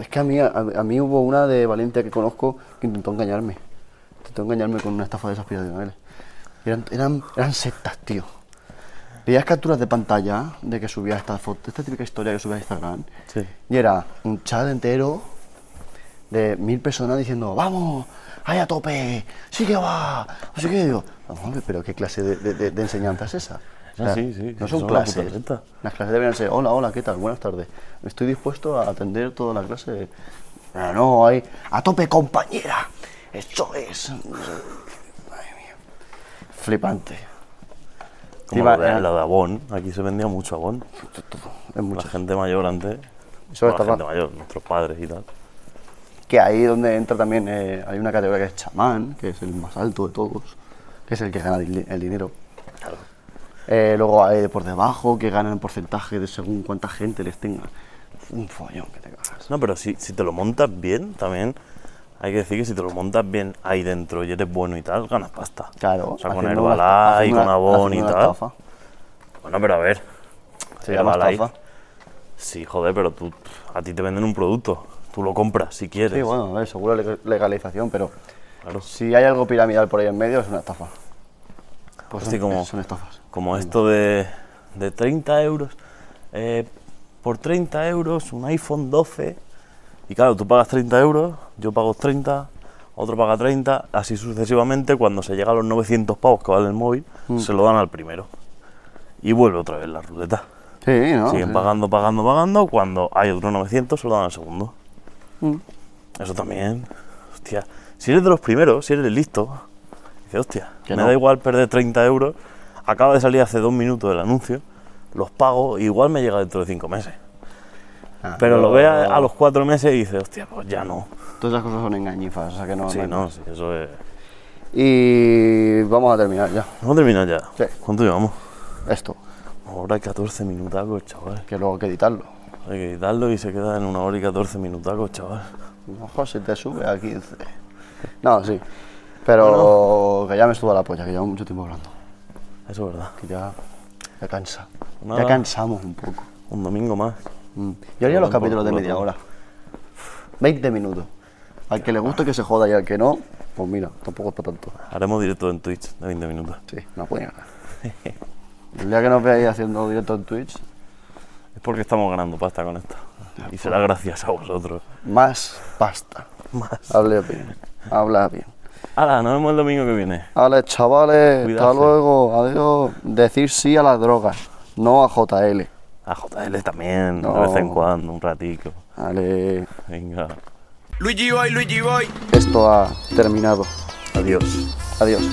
Es que a mí, a, a mí hubo una de Valencia que conozco que intentó engañarme. Intentó engañarme con una estafa de esas piramidales. Eran, eran, eran sectas, tío. Veías capturas de pantalla de que subía esta foto, esta típica historia que subía a Instagram.
Sí.
Y era un chat entero de mil personas diciendo, vamos, ahí a tope, sí que va. Así que digo, "Vamos, hombre, pero ¿qué clase de, de- de- de enseñanza es esa?
Ah, sí, sí,
no
sí,
son,
son una puta
clases.
secta.
Las clases deberían ser, hola, hola, ¿qué tal? Buenas tardes. Estoy dispuesto a atender toda la clase. Pero no, hay, a tope compañera. Eso es. Madre mía. Flipante.
Como
Encima
la, de,
era-
la de Avon. Aquí se vendía mucho Avon.
Es
La
mucho.
gente mayor antes.
Eso
bueno, la
estaba-
gente mayor, nuestros padres y tal.
Que ahí donde entra también, eh, hay una categoría que es chamán, que es el más alto de todos, que es el que gana di- el dinero. Eh, luego hay por debajo que ganan porcentaje de según cuánta gente les tenga. Un follón que te cagas.
No, pero si, si te lo montas bien, también hay que decir que si te lo montas bien ahí dentro y eres bueno y tal, ganas pasta.
Claro.
O sea, con
haciendo una-
Herbalife,
haciendo
con
una-
Avon y
haciendo una
tal.
estafa.
Bueno, pero a ver.
Se llama
Herbalife.
estafa.
Sí, joder, pero tú, pff, a ti te venden un producto. Tú lo compras si quieres.
Sí, bueno, a ver, seguro leg- legalización, pero
Claro.
si hay algo piramidal por ahí en medio es una estafa. Pues
Así como-
son estafas.
Como esto de, de 30 euros. eh, por 30 euros un iPhone 12. Y claro, tú pagas 30 euros, yo pago 30, otro paga 30, así sucesivamente. Cuando se llega a los 900 pavos que vale el móvil,
Mm.
se lo dan al primero. Y vuelve otra vez la ruleta.
Sí, ¿no?
Siguen
Sí.
pagando, pagando, pagando. Cuando hay otro 900, se lo dan al segundo.
Mm.
Eso también. Hostia. Si eres de los primeros, si eres el listo, dices, hostia,
Que
me
no.
da igual perder 30 euros. Acaba de salir hace dos minutos el anuncio. Los pago, igual me llega dentro de cinco meses.
Ah,
Pero lo ve a, a los cuatro meses y dices, hostia, pues ya no.
Todas esas cosas son engañifas, o sea que no...
Sí,
no hay
no, sí, eso es.
Y vamos a terminar ya.
Vamos a terminar ya.
Sí.
¿Cuánto llevamos?
Esto,
Ahora hay 14 minutacos, chaval.
que luego hay que editarlo.
Hay que quitarlo y se queda en una hora y 14 minutacos, chaval.
Ojo, si te sube a 15. No, sí. Pero que ya me estuvo la polla, que llevo mucho tiempo hablando.
Eso es verdad.
Que ya, ya cansa.
Nada.
Ya cansamos un poco.
Un domingo más.
Mm. Yo haría los
Por-
capítulos de
por-
media hora. 20 minutos. Al que le guste que se joda y al que no, pues mira, tampoco es para tanto.
Haremos directo en Twitch de 20 minutos.
Sí, no puede nada. El día que nos veáis haciendo directo en Twitch,
Es porque estamos ganando pasta con esto. Y será gracias a vosotros.
más pasta.
Más.
Hable bien. Habla bien.
Hala, nos vemos el domingo que viene.
Vale, chavales, hasta
Cuidarse.
luego. Adiós. Decir sí a las drogas, no a JL.
A JL también, de
No.
vez en cuando, un ratico.
Vale.
Venga.
Luigi Boy, Luigi Boy.
Esto ha terminado.
Adiós.
Adiós.